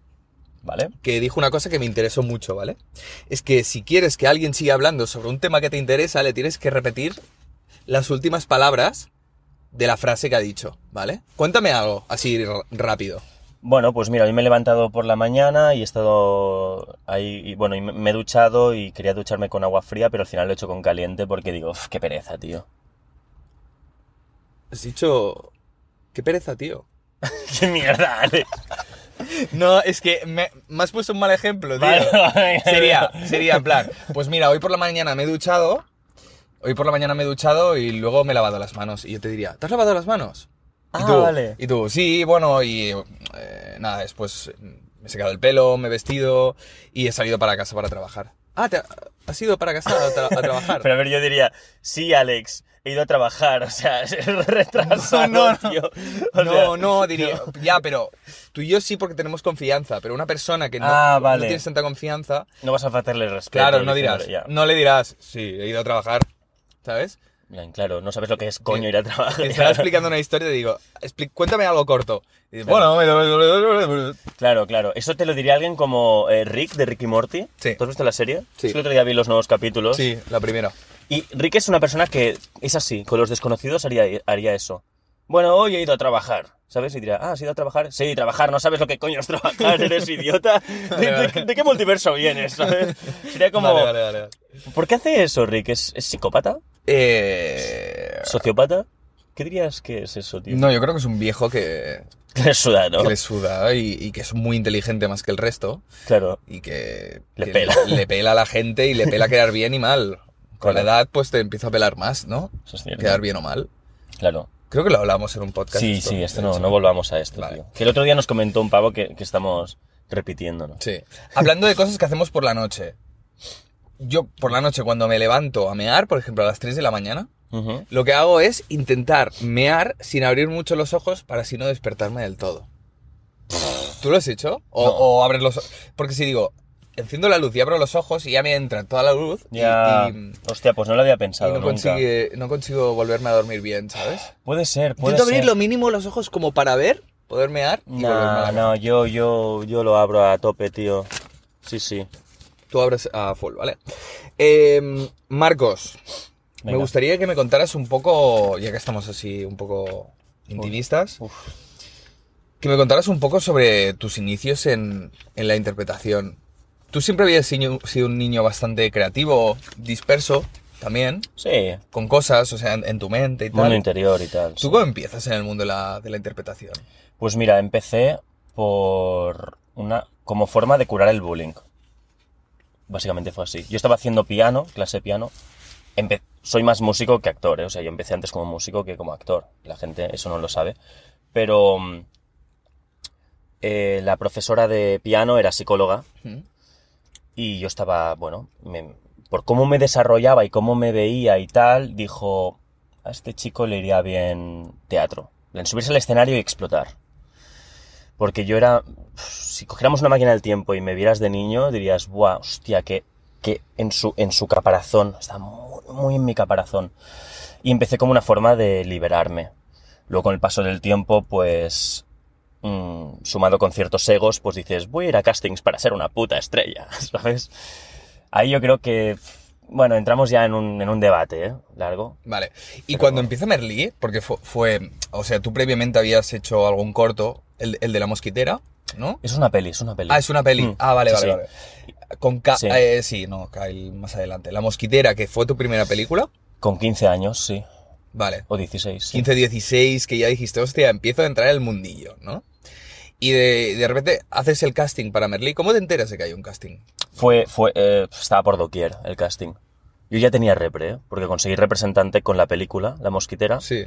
Speaker 2: Vale.
Speaker 1: que dijo una cosa que me interesó mucho, ¿vale? Es que si quieres que alguien siga hablando sobre un tema que te interesa, le tienes que repetir las últimas palabras de la frase que ha dicho, ¿vale? Cuéntame algo, así r- rápido.
Speaker 2: Bueno, pues mira, hoy me he levantado por la mañana y he estado ahí, y bueno, y me- me he duchado y quería ducharme con agua fría, pero al final lo he hecho con caliente porque digo, "Uf, qué pereza, tío.
Speaker 1: Has dicho... Qué pereza, tío.
Speaker 2: ¡Qué mierda, Ale!
Speaker 1: No, es que me, me has puesto un mal ejemplo, tío.
Speaker 2: Vale, vale.
Speaker 1: Sería, sería en plan, pues mira, hoy por la mañana me he duchado, hoy por la mañana me he duchado y luego me he lavado las manos. Y yo te diría, ¿te has lavado las manos? Y
Speaker 2: Ah,
Speaker 1: tú,
Speaker 2: vale.
Speaker 1: Y tú, sí, bueno, y eh, nada, después me he secado el pelo, me he vestido y he salido para casa para trabajar. Ah, ¿te ha- ¿has ido para casa a, tra- a trabajar?
Speaker 2: Pero a ver, yo diría, sí, Alex, he ido a trabajar, o sea, es retrasado,
Speaker 1: No, no, no.
Speaker 2: tío. O
Speaker 1: no,
Speaker 2: sea,
Speaker 1: no, diría, ya, pero tú y yo sí porque tenemos confianza, pero una persona que no,
Speaker 2: Ah,
Speaker 1: no
Speaker 2: vale.
Speaker 1: tienes tanta confianza,
Speaker 2: no vas a faltarle respeto.
Speaker 1: claro, no
Speaker 2: diciéndole,
Speaker 1: dirás,
Speaker 2: ya.
Speaker 1: no le dirás, sí, he ido a trabajar, ¿sabes?
Speaker 2: Bien, Claro, no sabes lo que es coño ir a trabajar.
Speaker 1: Te estaba explicando una historia y digo, "Expli- cuéntame algo corto. Y dices,
Speaker 2: Claro.
Speaker 1: bueno, me-
Speaker 2: Claro, claro. Eso te lo diría alguien como eh, Rick de Rick y Morty.
Speaker 1: Sí.
Speaker 2: ¿Tú has visto la serie?
Speaker 1: Sí.
Speaker 2: Es que el otro día vi los nuevos capítulos.
Speaker 1: sí, la primera.
Speaker 2: Y Rick es una persona que es así, con los desconocidos haría, haría eso. Bueno, hoy he ido a trabajar, ¿sabes? Y dirá, ah, ¿has ido a trabajar? Sí, trabajar, no sabes lo que coño es trabajar, eres idiota. ¿De,
Speaker 1: Vale, vale.
Speaker 2: de- de qué multiverso vienes, sabes? Sería como...
Speaker 1: Vale, vale, vale.
Speaker 2: ¿Por qué hace eso, Rick? ¿Es, es psicópata?
Speaker 1: Eh,
Speaker 2: ¿Sociópata? ¿Qué dirías que es eso, tío?
Speaker 1: no, yo creo que es un viejo que,
Speaker 2: Que le suda, ¿no?
Speaker 1: que le suda y, y que es muy inteligente más que el resto
Speaker 2: Claro.
Speaker 1: y que
Speaker 2: Le
Speaker 1: que
Speaker 2: pela.
Speaker 1: le pela a la gente y le pela quedar bien y mal. Con la
Speaker 2: Claro.
Speaker 1: edad pues te empieza a pelar más, ¿no?
Speaker 2: Eso es cierto.
Speaker 1: Quedar bien o mal.
Speaker 2: Claro.
Speaker 1: Creo que lo hablamos en un podcast.
Speaker 2: Sí, sí, esto
Speaker 1: de
Speaker 2: no,
Speaker 1: hecho.
Speaker 2: no volvamos a esto,
Speaker 1: Vale.
Speaker 2: tío. Que el otro día nos comentó un pavo que, que estamos repitiendo, ¿no?
Speaker 1: Sí. Hablando de cosas que hacemos por la noche. Yo por la noche cuando me levanto a mear, por ejemplo, a las 3 de la mañana,
Speaker 2: Ujú.
Speaker 1: lo que hago es intentar mear sin abrir mucho los ojos para así no despertarme del todo. ¿Tú lo has hecho? O,
Speaker 2: No.
Speaker 1: o abres los ojos. Porque si digo, enciendo la luz y abro los ojos y ya me entra toda la luz y-
Speaker 2: Ya.
Speaker 1: y, y
Speaker 2: Hostia, pues no lo había pensado
Speaker 1: no,
Speaker 2: nunca.
Speaker 1: consigue- no consigo volverme a dormir bien, ¿sabes?
Speaker 2: Puede ser, puede
Speaker 1: Intento
Speaker 2: ser.
Speaker 1: abrir lo mínimo los ojos como para ver, poder mear y volverme a la
Speaker 2: No, no, yo, yo, yo lo abro a tope, tío. Sí, sí.
Speaker 1: Tú abres a full, ¿vale? Eh, Marcos, me
Speaker 2: Venga.
Speaker 1: gustaría que me contaras un poco, ya que estamos así un poco intimistas,
Speaker 2: uf.
Speaker 1: que me contaras un poco sobre tus inicios en, en la interpretación. Tú siempre habías siño- sido un niño bastante creativo, disperso también,
Speaker 2: Sí.
Speaker 1: con cosas, o sea, en, en tu mente y
Speaker 2: Mundo
Speaker 1: tal.
Speaker 2: interior y tal. sí.
Speaker 1: ¿Tú cómo empiezas en el mundo de la, de la interpretación?
Speaker 2: Pues mira, empecé por una como forma de curar el bullying. Básicamente fue así. Yo estaba haciendo piano, clase de piano. Empe- soy más músico que actor, ¿eh? o sea, yo empecé antes como músico que como actor. La gente eso no lo sabe. Pero mm, eh, la profesora de piano era psicóloga
Speaker 1: ¿Mm?
Speaker 2: y yo estaba, bueno, me- por cómo me desarrollaba y cómo me veía y tal, dijo, a este chico le iría bien teatro. En subirse al escenario y explotar. Porque yo era, si cogiéramos una máquina del tiempo y me vieras de niño, dirías, buah, hostia, que, que en, su, en su caparazón, está muy, muy en mi caparazón. Y empecé como una forma de liberarme. Luego con el paso del tiempo, pues mm, sumado con ciertos egos, pues dices, voy a ir a castings para ser una puta estrella, ¿sabes? Ahí yo creo que, bueno, entramos ya en un, en un debate ¿eh? largo.
Speaker 1: Vale. Y
Speaker 2: Pero-
Speaker 1: cuando empieza Merlí, porque fu- fue, o sea, tú previamente habías hecho algún corto, el, el de la mosquitera, ¿no?
Speaker 2: Es una peli, es una peli.
Speaker 1: Ah, es una peli.
Speaker 2: Mm,
Speaker 1: Ah, vale,
Speaker 2: sí,
Speaker 1: vale,
Speaker 2: sí.
Speaker 1: vale. Con Ka-
Speaker 2: Sí.
Speaker 1: eh, sí, no, Kyle más adelante. La mosquitera, que fue tu primera película.
Speaker 2: Con 15 años, sí.
Speaker 1: Vale.
Speaker 2: O 16. sí.
Speaker 1: 15, 16, que ya dijiste, hostia, empiezo a entrar en el mundillo, ¿no? Y de, de repente haces el casting para Merlí. ¿Cómo te enteras de que hay un casting?
Speaker 2: Fue, fue, eh, estaba por doquier el casting. Yo ya tenía repre, ¿eh? porque conseguí representante con la película, La Mosquitera.
Speaker 1: Sí.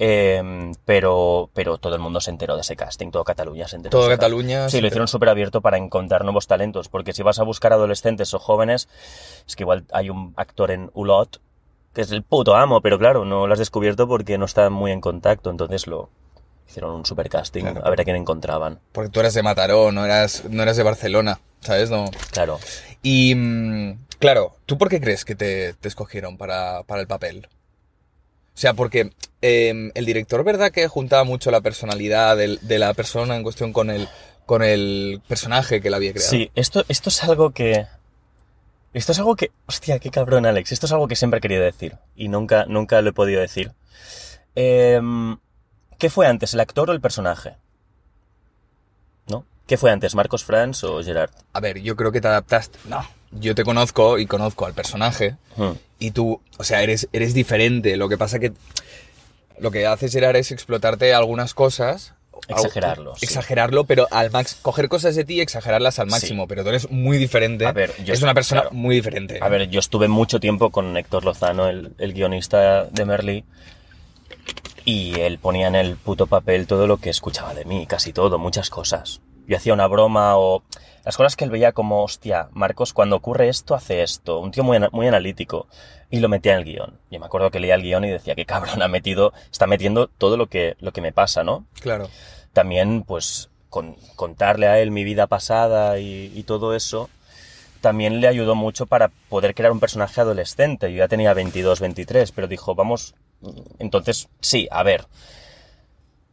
Speaker 2: Eh, pero, pero todo el mundo se enteró de ese casting, todo Cataluña se enteró.
Speaker 1: Todo
Speaker 2: de ese casting.
Speaker 1: Cataluña.
Speaker 2: Sí, lo hicieron súper abierto para encontrar nuevos talentos, porque si vas a buscar adolescentes o jóvenes, es que igual hay un actor en Ulot que es el puto amo, pero claro, no lo has descubierto porque no está muy en contacto, entonces lo hicieron un super casting,
Speaker 1: Claro.
Speaker 2: a ver a quién encontraban.
Speaker 1: Porque tú eras de Mataró, no eras, no eras de Barcelona, ¿sabes? No.
Speaker 2: Claro.
Speaker 1: Y mm, claro, ¿tú por qué crees que te, te escogieron para, para el papel? O sea, porque eh, el director, ¿verdad? Que juntaba mucho la personalidad del- de la persona en cuestión con el, con el personaje que la había creado.
Speaker 2: Sí, esto, esto es algo que. Esto es algo que. Hostia, qué cabrón, Alex. Esto es algo que siempre he querido decir. Y nunca, nunca lo he podido decir. Em, ¿Qué fue antes, el actor o el personaje? ¿Qué fue antes, Marcos Franz o Gerard?
Speaker 1: A ver, yo creo que te adaptaste. No, yo te conozco y conozco al personaje.
Speaker 2: Hmm.
Speaker 1: Y tú, o sea, eres, eres diferente. Lo que pasa que lo que hace Gerard es explotarte algunas cosas. al-
Speaker 2: Exagerarlo, sí.
Speaker 1: Exagerarlo, pero al max, coger cosas de ti y exagerarlas al máximo. Pero tú eres muy diferente.
Speaker 2: A ver, yo-
Speaker 1: es una persona
Speaker 2: claro.
Speaker 1: muy diferente.
Speaker 2: A ver, yo estuve mucho tiempo con Héctor Lozano, el, el guionista de Merlí, y él ponía en el puto papel todo lo que escuchaba de mí, casi todo, muchas cosas. Yo hacía una broma o las cosas que él veía como, hostia, Marcos, cuando ocurre esto, hace esto. Un tío muy, ana- muy analítico. Y lo metía en el guión. Yo me acuerdo que leía el guión y decía, qué cabrón ha metido, está metiendo todo lo que, lo que me pasa, ¿no?
Speaker 1: Claro.
Speaker 2: también pues con- contarle a él mi vida pasada y, y todo eso también le ayudó mucho para poder crear un personaje adolescente. Yo ya tenía 22, 23, pero dijo, vamos, entonces sí, a ver.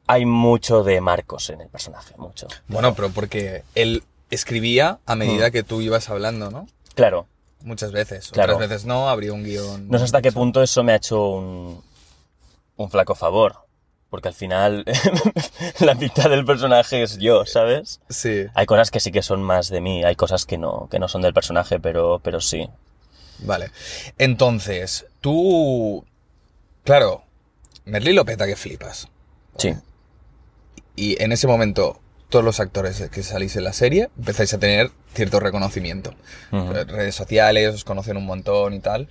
Speaker 2: Hay mucho de Marcos en el personaje, mucho.
Speaker 1: Bueno, pero porque él escribía a
Speaker 2: Mm.
Speaker 1: medida que tú ibas hablando, ¿no?
Speaker 2: Claro,
Speaker 1: Muchas veces.
Speaker 2: Claro.
Speaker 1: Otras veces no, habría un guión.
Speaker 2: no sé hasta qué punto eso me ha hecho un, un flaco favor, porque al final la mitad del personaje es yo, ¿sabes?
Speaker 1: Sí,
Speaker 2: Hay cosas que sí que son más de mí, hay cosas que no, que no son del personaje, pero, pero sí.
Speaker 1: vale. Entonces, tú. Claro, Merlí lo peta que flipas.
Speaker 2: Sí.
Speaker 1: Y en ese momento, todos los actores que salís en la serie empezáis a tener cierto reconocimiento.
Speaker 2: Ujú.
Speaker 1: Redes sociales, os conocen un montón y tal.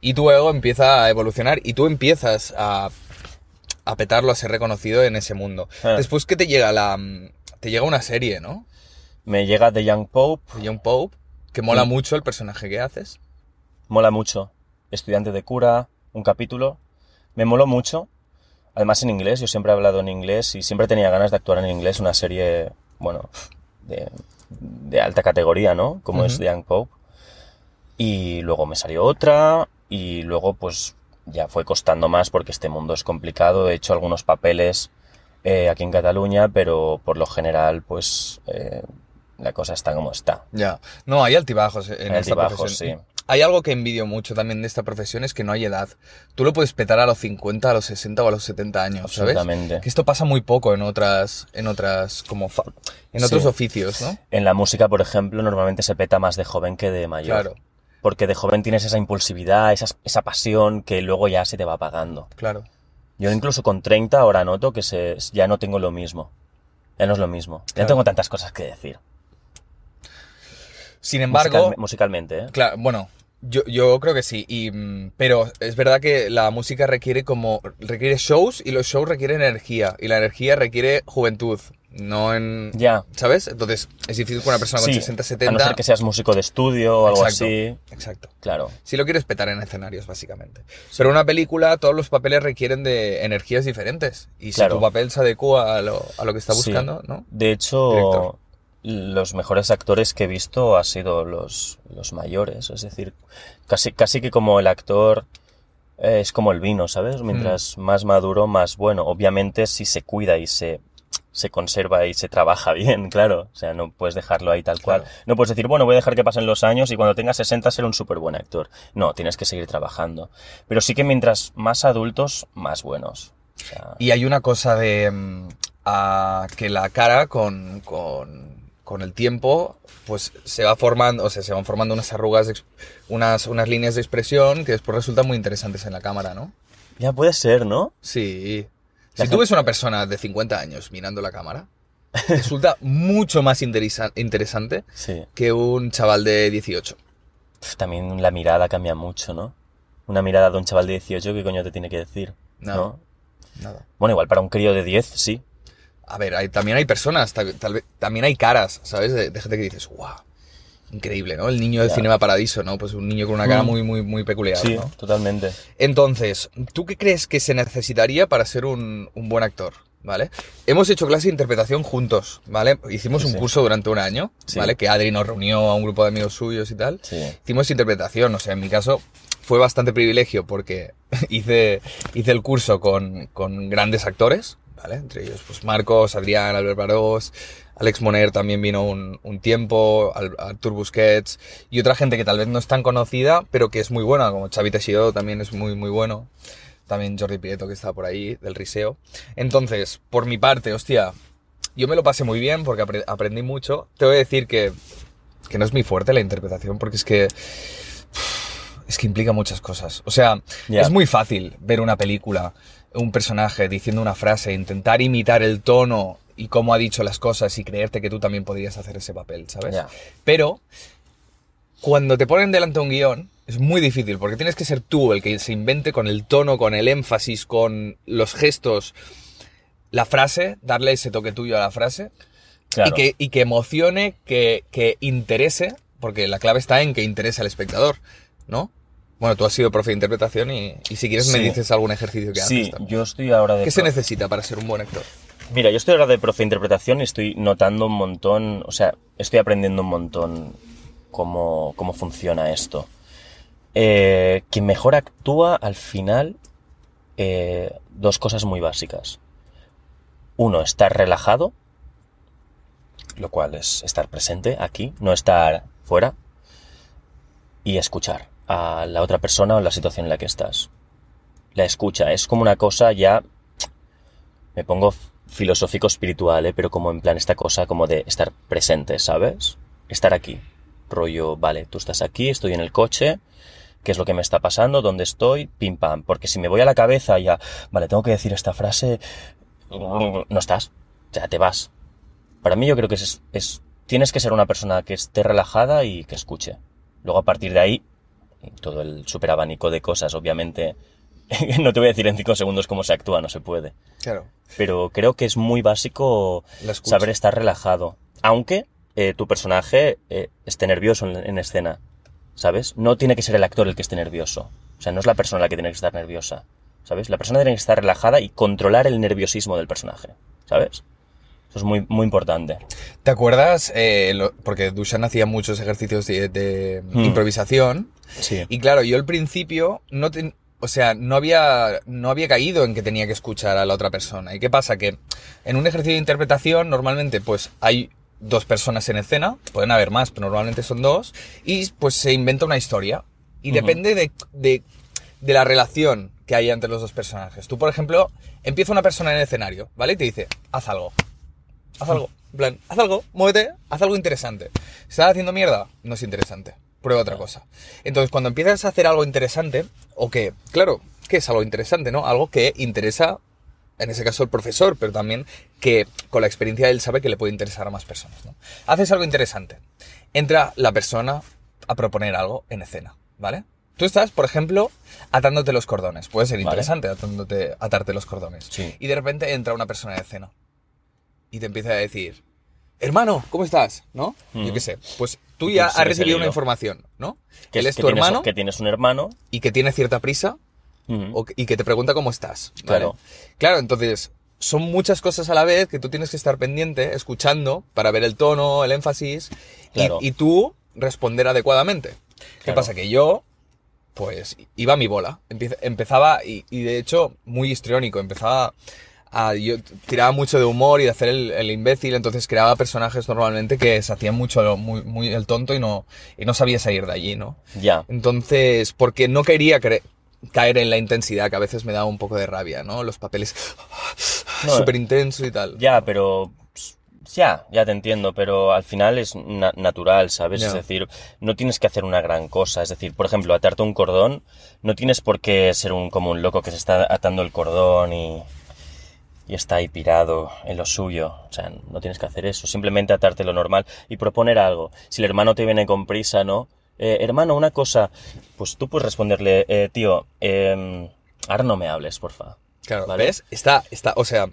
Speaker 1: Y tu ego empieza a evolucionar y tú empiezas a, a petarlo, a ser reconocido en ese mundo.
Speaker 2: Ah.
Speaker 1: Después que te llega la. mm, Te llega una serie, ¿no?
Speaker 2: Me llega The Young Pope,
Speaker 1: De John Pope, que mola
Speaker 2: Mm.
Speaker 1: mucho el personaje que haces.
Speaker 2: mola mucho. Estudiante de cura, un capítulo. Me moló mucho. Además en inglés, yo siempre he hablado en inglés y siempre tenía ganas de actuar en inglés. Una serie, bueno, de, de alta categoría, ¿no? Como es
Speaker 1: Ujú.
Speaker 2: The Young Pope. Y luego me salió otra y luego pues ya fue costando más porque este mundo es complicado. He hecho algunos papeles eh, aquí en Cataluña, pero por lo general pues eh, la cosa está como está.
Speaker 1: Ya. No, hay altibajos en
Speaker 2: Hay
Speaker 1: esta
Speaker 2: altibajos,
Speaker 1: profesión.
Speaker 2: sí.
Speaker 1: Hay algo que envidio mucho también de esta profesión es que no hay edad. Tú lo puedes petar a los 50, a los 60 o a los 70 años, ¿sabes?
Speaker 2: Absolutamente.
Speaker 1: Que esto pasa muy poco en otras, en otras, como, fa- en
Speaker 2: Sí.
Speaker 1: otros oficios, ¿no?
Speaker 2: En la música, por ejemplo, normalmente se peta más de joven que de mayor.
Speaker 1: Claro,
Speaker 2: Porque de joven tienes esa impulsividad, esa, esa pasión que luego ya se te va apagando.
Speaker 1: claro.
Speaker 2: Yo incluso con 30 ahora noto que se, ya no tengo lo mismo. Ya no es lo mismo. Ya
Speaker 1: Claro.
Speaker 2: tengo tantas cosas que decir.
Speaker 1: Sin embargo,
Speaker 2: Musicalme- musicalmente, ¿eh?
Speaker 1: Claro, bueno, yo, yo creo que sí. Y, mm, pero es verdad que la música requiere como. requiere shows y los shows requieren energía. Y la energía requiere juventud. No en.
Speaker 2: Ya.
Speaker 1: ¿Sabes? Entonces, es difícil que una persona con
Speaker 2: Sí,
Speaker 1: 60, 70.
Speaker 2: A no ser que seas músico de estudio o algo
Speaker 1: Exacto.
Speaker 2: así.
Speaker 1: Exacto.
Speaker 2: Claro.
Speaker 1: Si lo quieres petar en escenarios, básicamente. Pero en una película, todos los papeles requieren de energías diferentes. Y si
Speaker 2: Claro.
Speaker 1: tu papel se adecua a lo, a lo que está
Speaker 2: Sí.
Speaker 1: buscando, ¿no?
Speaker 2: De hecho,
Speaker 1: Director.
Speaker 2: los mejores actores que he visto han sido los, los mayores. Es decir, casi, casi que como el actor eh, es como el vino, ¿sabes? Mientras más maduro, más bueno. Obviamente, si se cuida y se, se conserva y se trabaja bien, claro. O sea, no puedes dejarlo ahí tal cual.
Speaker 1: Claro.
Speaker 2: No puedes decir, bueno, voy a dejar que pasen los años y cuando tenga 60 ser un súper buen actor. No, tienes que seguir trabajando. Pero sí que mientras más adultos, más buenos. O sea,
Speaker 1: Y hay una cosa de mm, a que la cara con, con, con el tiempo pues se va formando, o sea, se van formando unas arrugas, de ex- unas, unas líneas de expresión que después resultan muy interesantes en la cámara, ¿no?
Speaker 2: ya puede ser, ¿no?
Speaker 1: Sí.
Speaker 2: La
Speaker 1: Si tú
Speaker 2: gen-
Speaker 1: ves una persona de 50 años mirando la cámara, resulta mucho más interesa- interesante
Speaker 2: Sí.
Speaker 1: que un chaval de 18.
Speaker 2: Pf, También la mirada cambia mucho, ¿no? Una mirada de un chaval de 18, ¿qué coño te tiene que decir?
Speaker 1: No.
Speaker 2: ¿No?
Speaker 1: Nada.
Speaker 2: Bueno, igual para un crío de 10, sí.
Speaker 1: A ver, hay- también hay personas, tal, tal vez, también hay caras, ¿sabes? De, de gente que dices, wow, increíble, ¿no? El niño del
Speaker 2: Ya.
Speaker 1: Cinema Paradiso, ¿no? Pues un niño con una cara
Speaker 2: Mm.
Speaker 1: muy, muy, muy peculiar,
Speaker 2: Sí,
Speaker 1: ¿no?
Speaker 2: totalmente.
Speaker 1: Entonces, ¿tú qué crees que se necesitaría para ser un, un buen actor? ¿Vale? Hemos hecho clase de interpretación juntos, ¿vale? Hicimos
Speaker 2: Sí,
Speaker 1: un
Speaker 2: sí.
Speaker 1: curso durante un año,
Speaker 2: Sí.
Speaker 1: ¿vale? Que Adri nos reunió a un grupo de amigos suyos y tal.
Speaker 2: Sí.
Speaker 1: Hicimos interpretación, o sea, en mi caso fue bastante privilegio porque hice, hice el curso con, con grandes actores, ¿vale? Entre ellos, pues Marcos, Adrián, Albert Barós, Alex Moner también vino un, un tiempo, Al- Artur Busquets y otra gente que tal vez no es tan conocida, pero que es muy buena, como Xavi Teixidó también es muy, muy bueno. También Jordi Prieto, que está por ahí, del Riseo. Entonces, por mi parte, hostia, yo me lo pasé muy bien porque apre- aprendí mucho. Te voy a decir que, que no es muy fuerte la interpretación porque es que. Es que implica muchas cosas. O sea,
Speaker 2: Ya.
Speaker 1: es muy fácil ver una película, un personaje diciendo una frase, intentar imitar el tono y cómo ha dicho las cosas y creerte que tú también podrías hacer ese papel, ¿sabes?
Speaker 2: Ya.
Speaker 1: Pero cuando te ponen delante un guión, es muy difícil, porque tienes que ser tú el que se invente con el tono, con el énfasis, con los gestos, la frase, darle ese toque tuyo a la frase,
Speaker 2: Claro.
Speaker 1: y, que, y que emocione, que, que interese, porque la clave está en que interese al espectador, ¿no? Bueno, tú has sido profe de interpretación y, y si quieres me
Speaker 2: Sí.
Speaker 1: dices algún ejercicio que
Speaker 2: sí,
Speaker 1: haces también.
Speaker 2: yo estoy ahora de
Speaker 1: ¿Qué se
Speaker 2: pro-
Speaker 1: necesita para ser un buen actor?
Speaker 2: Mira, yo estoy ahora de profe de interpretación y estoy notando un montón, o sea, estoy aprendiendo un montón cómo, cómo funciona esto. Eh, quien mejor actúa al final, eh, dos cosas muy básicas. Uno, estar relajado, lo cual es estar presente aquí, no estar fuera, y escuchar a la otra persona o la situación en la que estás. La escucha es como una cosa ya me pongo f- filosófico espiritual, ¿eh? pero como en plan esta cosa como de estar presente, ¿sabes? Estar aquí. Rollo, vale, tú estás aquí, estoy en el coche, qué es lo que me está pasando, dónde estoy, pim pam. Porque si me voy a la cabeza y a, vale, tengo que decir esta frase, no estás, ya te vas. Para mí yo creo que es, es- tienes que ser una persona que esté relajada y que escuche. Luego a partir de ahí, todo el super abanico de cosas, obviamente, no te voy a decir en cinco segundos cómo se actúa, no se puede
Speaker 1: Claro,
Speaker 2: pero creo que es muy básico
Speaker 1: la escucha.
Speaker 2: saber estar relajado. Aunque eh, tu personaje eh, esté nervioso en, en escena, ¿sabes? No tiene que ser el actor el que esté nervioso. O sea, no es la persona la que tiene que estar nerviosa, ¿sabes? La persona tiene que estar relajada y controlar el nerviosismo del personaje, ¿sabes? Eso es muy, muy importante.
Speaker 1: ¿Te acuerdas? eh, lo- porque Dushan hacía muchos ejercicios de, de
Speaker 2: Hmm.
Speaker 1: improvisación.
Speaker 2: Sí.
Speaker 1: Y claro, yo al principio no ten- o sea, no había, no había caído en que tenía que escuchar a la otra persona. ¿Y qué pasa? Que en un ejercicio de interpretación normalmente pues hay dos personas en escena, pueden haber más, pero normalmente son dos, y pues se inventa una historia. Y
Speaker 2: Ujú.
Speaker 1: depende de, de- de la relación que hay entre los dos personajes. Tú, por ejemplo, empieza una persona en el escenario, ¿vale? Y te dice, haz algo haz algo. En plan, haz algo, muévete, haz algo interesante. ¿Estás haciendo mierda? No es interesante. Prueba otra cosa. Entonces, cuando empiezas a hacer algo interesante, o que, claro, que es algo interesante, ¿no? Algo que interesa, en ese caso, al profesor, pero también que con la experiencia él sabe que le puede interesar a más personas, ¿no? Haces algo interesante. Entra la persona a proponer algo en escena, ¿vale? Tú estás, por ejemplo, atándote los cordones. Puede ser
Speaker 2: Vale.
Speaker 1: interesante atándote, atarte los cordones.
Speaker 2: Sí.
Speaker 1: Y de repente entra una persona de escena y te empieza a decir, hermano, ¿cómo estás? ¿No?
Speaker 2: Mm.
Speaker 1: Yo qué sé. Pues tú
Speaker 2: Y
Speaker 1: ya
Speaker 2: tú
Speaker 1: has
Speaker 2: sigues el
Speaker 1: recibido una
Speaker 2: hilo.
Speaker 1: información, ¿no?
Speaker 2: Que,
Speaker 1: Él
Speaker 2: es-
Speaker 1: es
Speaker 2: que
Speaker 1: tu
Speaker 2: tienes,
Speaker 1: hermano
Speaker 2: Que tienes un hermano.
Speaker 1: y que tiene cierta prisa
Speaker 2: Ujú.
Speaker 1: o que- y que te pregunta cómo estás. ¿vale?
Speaker 2: Claro.
Speaker 1: Claro, entonces son muchas cosas a la vez que tú tienes que estar pendiente, escuchando, para ver el tono, el énfasis y-
Speaker 2: Claro.
Speaker 1: y, tú responder adecuadamente. ¿Qué
Speaker 2: Claro.
Speaker 1: pasa? Que yo, pues, iba a mi bola. Empieza- Empezaba, y, y de hecho, muy histriónico, empezaba a... Yo t- tiraba mucho de humor y de hacer el, el imbécil, entonces creaba personajes normalmente que se hacían mucho lo- muy, muy el tonto y no, y no sabía salir de allí, ¿no?
Speaker 2: Ya.
Speaker 1: Entonces, porque no quería cre- caer en la intensidad, que a veces me daba un poco de rabia, ¿no? Los papeles
Speaker 2: No, eh.
Speaker 1: súper intenso y tal.
Speaker 2: Ya, pero. pues, Ya, ya te entiendo, pero al final es na- natural, ¿sabes?
Speaker 1: Ya.
Speaker 2: Es decir, no tienes que hacer una gran cosa. Es decir, por ejemplo, atarte un cordón, no tienes por qué ser un, como un loco que se está atando el cordón y, y está ahí pirado en lo suyo. O sea, no tienes que hacer eso. Simplemente atarte lo normal y proponer algo. Si el hermano te viene con prisa, ¿no? Eh, hermano, una cosa. Pues tú puedes responderle, eh, tío, em, ahora no me hables, porfa.
Speaker 1: Claro,
Speaker 2: Vale.
Speaker 1: ¿ves? Está, está, o sea,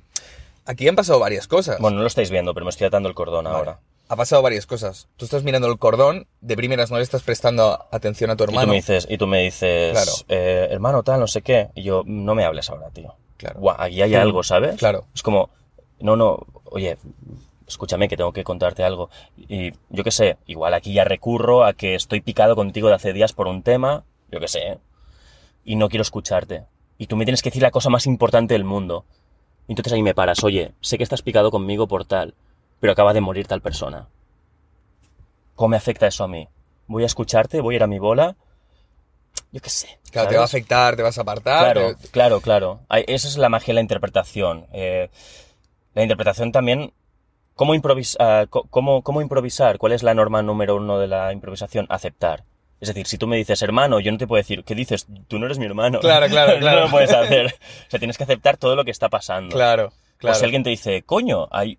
Speaker 1: aquí han pasado varias cosas.
Speaker 2: Bueno, no lo estáis viendo, pero me estoy atando el cordón
Speaker 1: Vale.
Speaker 2: ahora.
Speaker 1: Ha pasado varias cosas. Tú estás mirando el cordón, de primeras no le estás prestando atención a tu
Speaker 2: Y tú
Speaker 1: hermano.
Speaker 2: me dices, y tú me dices
Speaker 1: Claro.
Speaker 2: eh, hermano, tal, no sé qué. Y yo, no me hables ahora, tío.
Speaker 1: Claro.
Speaker 2: Guau, aquí hay
Speaker 1: Pum.
Speaker 2: algo, ¿sabes?
Speaker 1: Claro.
Speaker 2: Es como, no, no, oye, escúchame que tengo que contarte algo. Y yo qué sé, igual aquí ya recurro a que estoy picado contigo de hace días por un tema, yo qué sé, y no quiero escucharte. Y tú me tienes que decir la cosa más importante del mundo. Y entonces ahí me paras, oye, sé que estás picado conmigo por tal, pero acaba de morir tal persona. ¿Cómo me afecta eso a mí? Voy a escucharte, voy a ir a mi bola. Yo qué sé.
Speaker 1: Claro, te va a
Speaker 2: ¿sabes?
Speaker 1: afectar, te vas a apartar.
Speaker 2: Claro,
Speaker 1: te-
Speaker 2: claro, claro. Ay, Esa es la magia de la interpretación. Eh, la interpretación también ¿Cómo, improvis- ah, co- cómo, ¿Cómo improvisar? ¿Cuál es la norma número uno de la improvisación? Aceptar. Es decir, si tú me dices hermano, yo no te puedo decir, ¿qué dices? Tú no eres mi hermano.
Speaker 1: Claro, claro,
Speaker 2: no
Speaker 1: claro.
Speaker 2: lo puedes hacer. O sea, tienes que aceptar todo lo que está pasando.
Speaker 1: Claro, claro.
Speaker 2: O si alguien te dice, coño, hay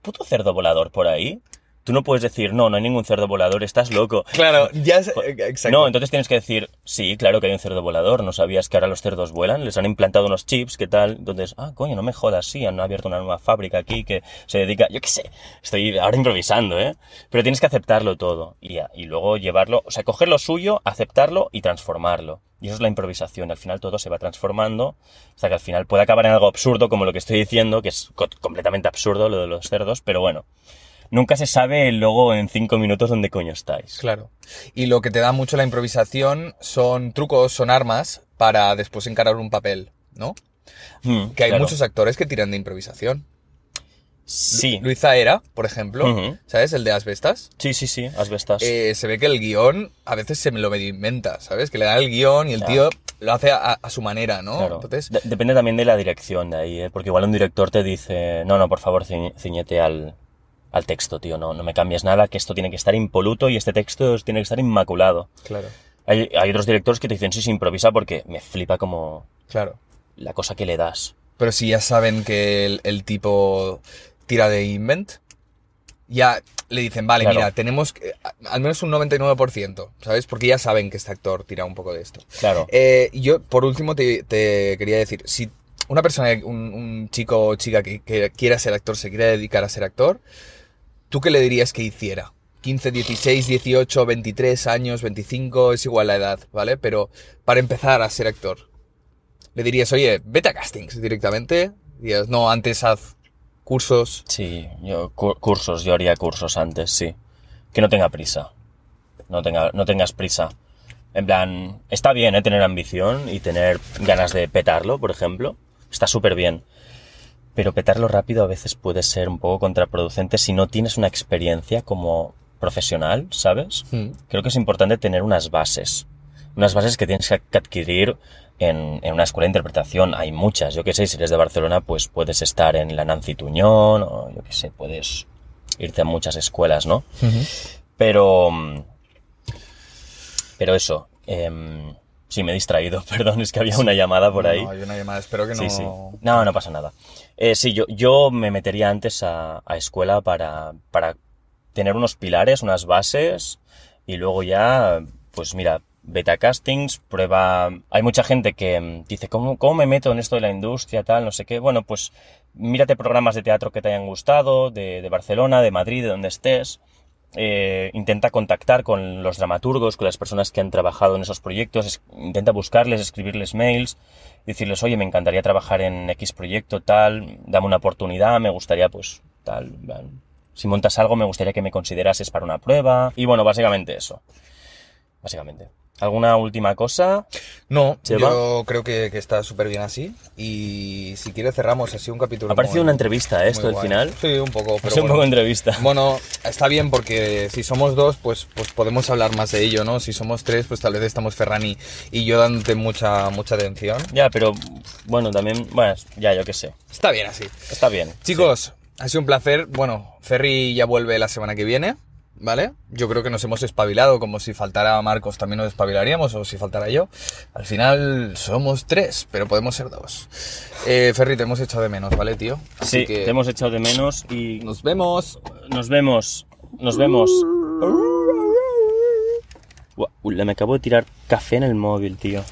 Speaker 2: puto cerdo volador por ahí, tú no puedes decir, no, no hay ningún cerdo volador, estás loco.
Speaker 1: Claro, ya sé- eh, exacto.
Speaker 2: Pues, No, entonces tienes que decir, sí, claro que hay un cerdo volador, no sabías que ahora los cerdos vuelan, les han implantado unos chips, ¿qué tal? Entonces, ah, coño, no me jodas, sí, han abierto una nueva fábrica aquí que se dedica, yo qué sé, estoy ahora improvisando, ¿eh? Pero tienes que aceptarlo todo y, a- y luego llevarlo, o sea, coger lo suyo, aceptarlo y transformarlo. Y eso es la improvisación, al final todo se va transformando hasta que al final puede acabar en algo absurdo como lo que estoy diciendo, que es co- completamente absurdo lo de los cerdos, pero bueno, nunca se sabe luego en cinco minutos dónde coño estáis.
Speaker 1: Claro. Y lo que te da mucho la improvisación son trucos, son armas para después encarar un papel, ¿no?
Speaker 2: Mm,
Speaker 1: Que hay
Speaker 2: claro.
Speaker 1: muchos actores que tiran de improvisación.
Speaker 2: Sí.
Speaker 1: Luisa Era, por ejemplo,
Speaker 2: Ujú.
Speaker 1: ¿sabes? El de Asbestas.
Speaker 2: Sí, sí, sí, asbestas.
Speaker 1: Eh, se ve que el guión a veces se me lo medio inventa, ¿sabes? Que le da el guión y el tío lo hace a, a su manera, ¿no?
Speaker 2: Claro.
Speaker 1: Entonces,
Speaker 2: De- depende también de la dirección de ahí, ¿eh? porque igual un director te dice, no, no, por favor, ciñ- ciñete al, al texto, tío, no, no me cambies nada, que esto tiene que estar impoluto y este texto tiene que estar inmaculado.
Speaker 1: claro,
Speaker 2: Hay, hay otros directores que te dicen, sí, sí, improvisa porque me flipa como
Speaker 1: claro.
Speaker 2: la cosa que le das.
Speaker 1: Pero si ya saben que el, el tipo tira de invent, ya le dicen, vale,
Speaker 2: Claro.
Speaker 1: mira, tenemos que- a- al menos un 99%, ¿sabes? Porque ya saben que este actor tira un poco de esto.
Speaker 2: Claro.
Speaker 1: Eh, yo, por último, te, te quería decir, si una persona, un, un chico o chica que, que quiera ser actor, se quiera dedicar a ser actor, ¿tú qué le dirías que hiciera? 15, 16, 18, 23 años, 25, es igual la edad, ¿vale? Pero para empezar a ser actor, le dirías, oye, vete a castings directamente, dirías, no, antes haz cursos,
Speaker 2: Sí, yo cu- cursos, yo haría cursos antes, sí. Que no tenga prisa. No, tenga, no tengas prisa. En plan, está bien, ¿eh? Tener ambición y tener ganas de petarlo, por ejemplo. Está súper bien. Pero petarlo rápido a veces puede ser un poco contraproducente si no tienes una experiencia como profesional, ¿sabes?
Speaker 1: Mm,
Speaker 2: creo que es importante tener unas bases. Unas bases que tienes que que adquirir en, en una escuela de interpretación. Hay muchas. Yo qué sé, si eres de Barcelona, pues puedes estar en la Nancy Tuñón, o yo qué sé, puedes irte a muchas escuelas, ¿no? Pero. mm, Pero eso. em, sí, me he distraído, perdón, es que había una llamada por ahí.
Speaker 1: No, hay una llamada, espero que
Speaker 2: Sí,
Speaker 1: no...
Speaker 2: sí. No, no pasa nada. Eh, sí, yo, yo me metería antes a, a escuela para, para tener unos pilares, unas bases, y luego ya, pues mira, beta castings, prueba. Hay mucha gente que mm, dice, ¿cómo, cómo me meto en esto de la industria, tal, no sé qué? Bueno, pues mírate programas de teatro que te hayan gustado, de, de Barcelona, de Madrid, de donde estés. Eh, intenta contactar con los dramaturgos, con las personas que han trabajado en esos proyectos, es- intenta buscarles, escribirles mails, decirles, oye, me encantaría trabajar en X proyecto, tal, dame una oportunidad, me gustaría, pues, tal, en plan, si montas algo, me gustaría que me considerases para una prueba. Y bueno, básicamente eso. Básicamente. ¿Alguna última cosa?
Speaker 1: No,
Speaker 2: ¿Se
Speaker 1: yo creo que, que está súper bien así. Y si quieres cerramos así un capítulo.
Speaker 2: Ha parecido
Speaker 1: muy-
Speaker 2: una entrevista ¿eh? esto
Speaker 1: muy
Speaker 2: al
Speaker 1: guay.
Speaker 2: final.
Speaker 1: Sí, un poco.
Speaker 2: Ha
Speaker 1: Pero
Speaker 2: sido un
Speaker 1: bueno.
Speaker 2: poco entrevista.
Speaker 1: Bueno, está bien porque si somos dos, pues, pues podemos hablar más de ello, ¿no? Si somos tres, pues tal vez estamos Ferran y, y yo dándote mucha, mucha atención.
Speaker 2: Ya, pero bueno, también, bueno, ya, yo qué sé.
Speaker 1: Está bien así.
Speaker 2: Está bien.
Speaker 1: Chicos, ha sido un placer. Bueno, Ferry ya vuelve la semana que viene, ¿vale? Yo creo que nos hemos espabilado, como si faltara Marcos también nos espabilaríamos, o si faltara yo. Al final somos tres, pero podemos ser dos. Eh, Ferry, te hemos echado de menos, ¿vale, tío? Así
Speaker 2: Sí,
Speaker 1: que
Speaker 2: te hemos echado de menos y
Speaker 1: nos vemos.
Speaker 2: nos vemos. Nos vemos. Guau, Me acabo de tirar café en el móvil, tío.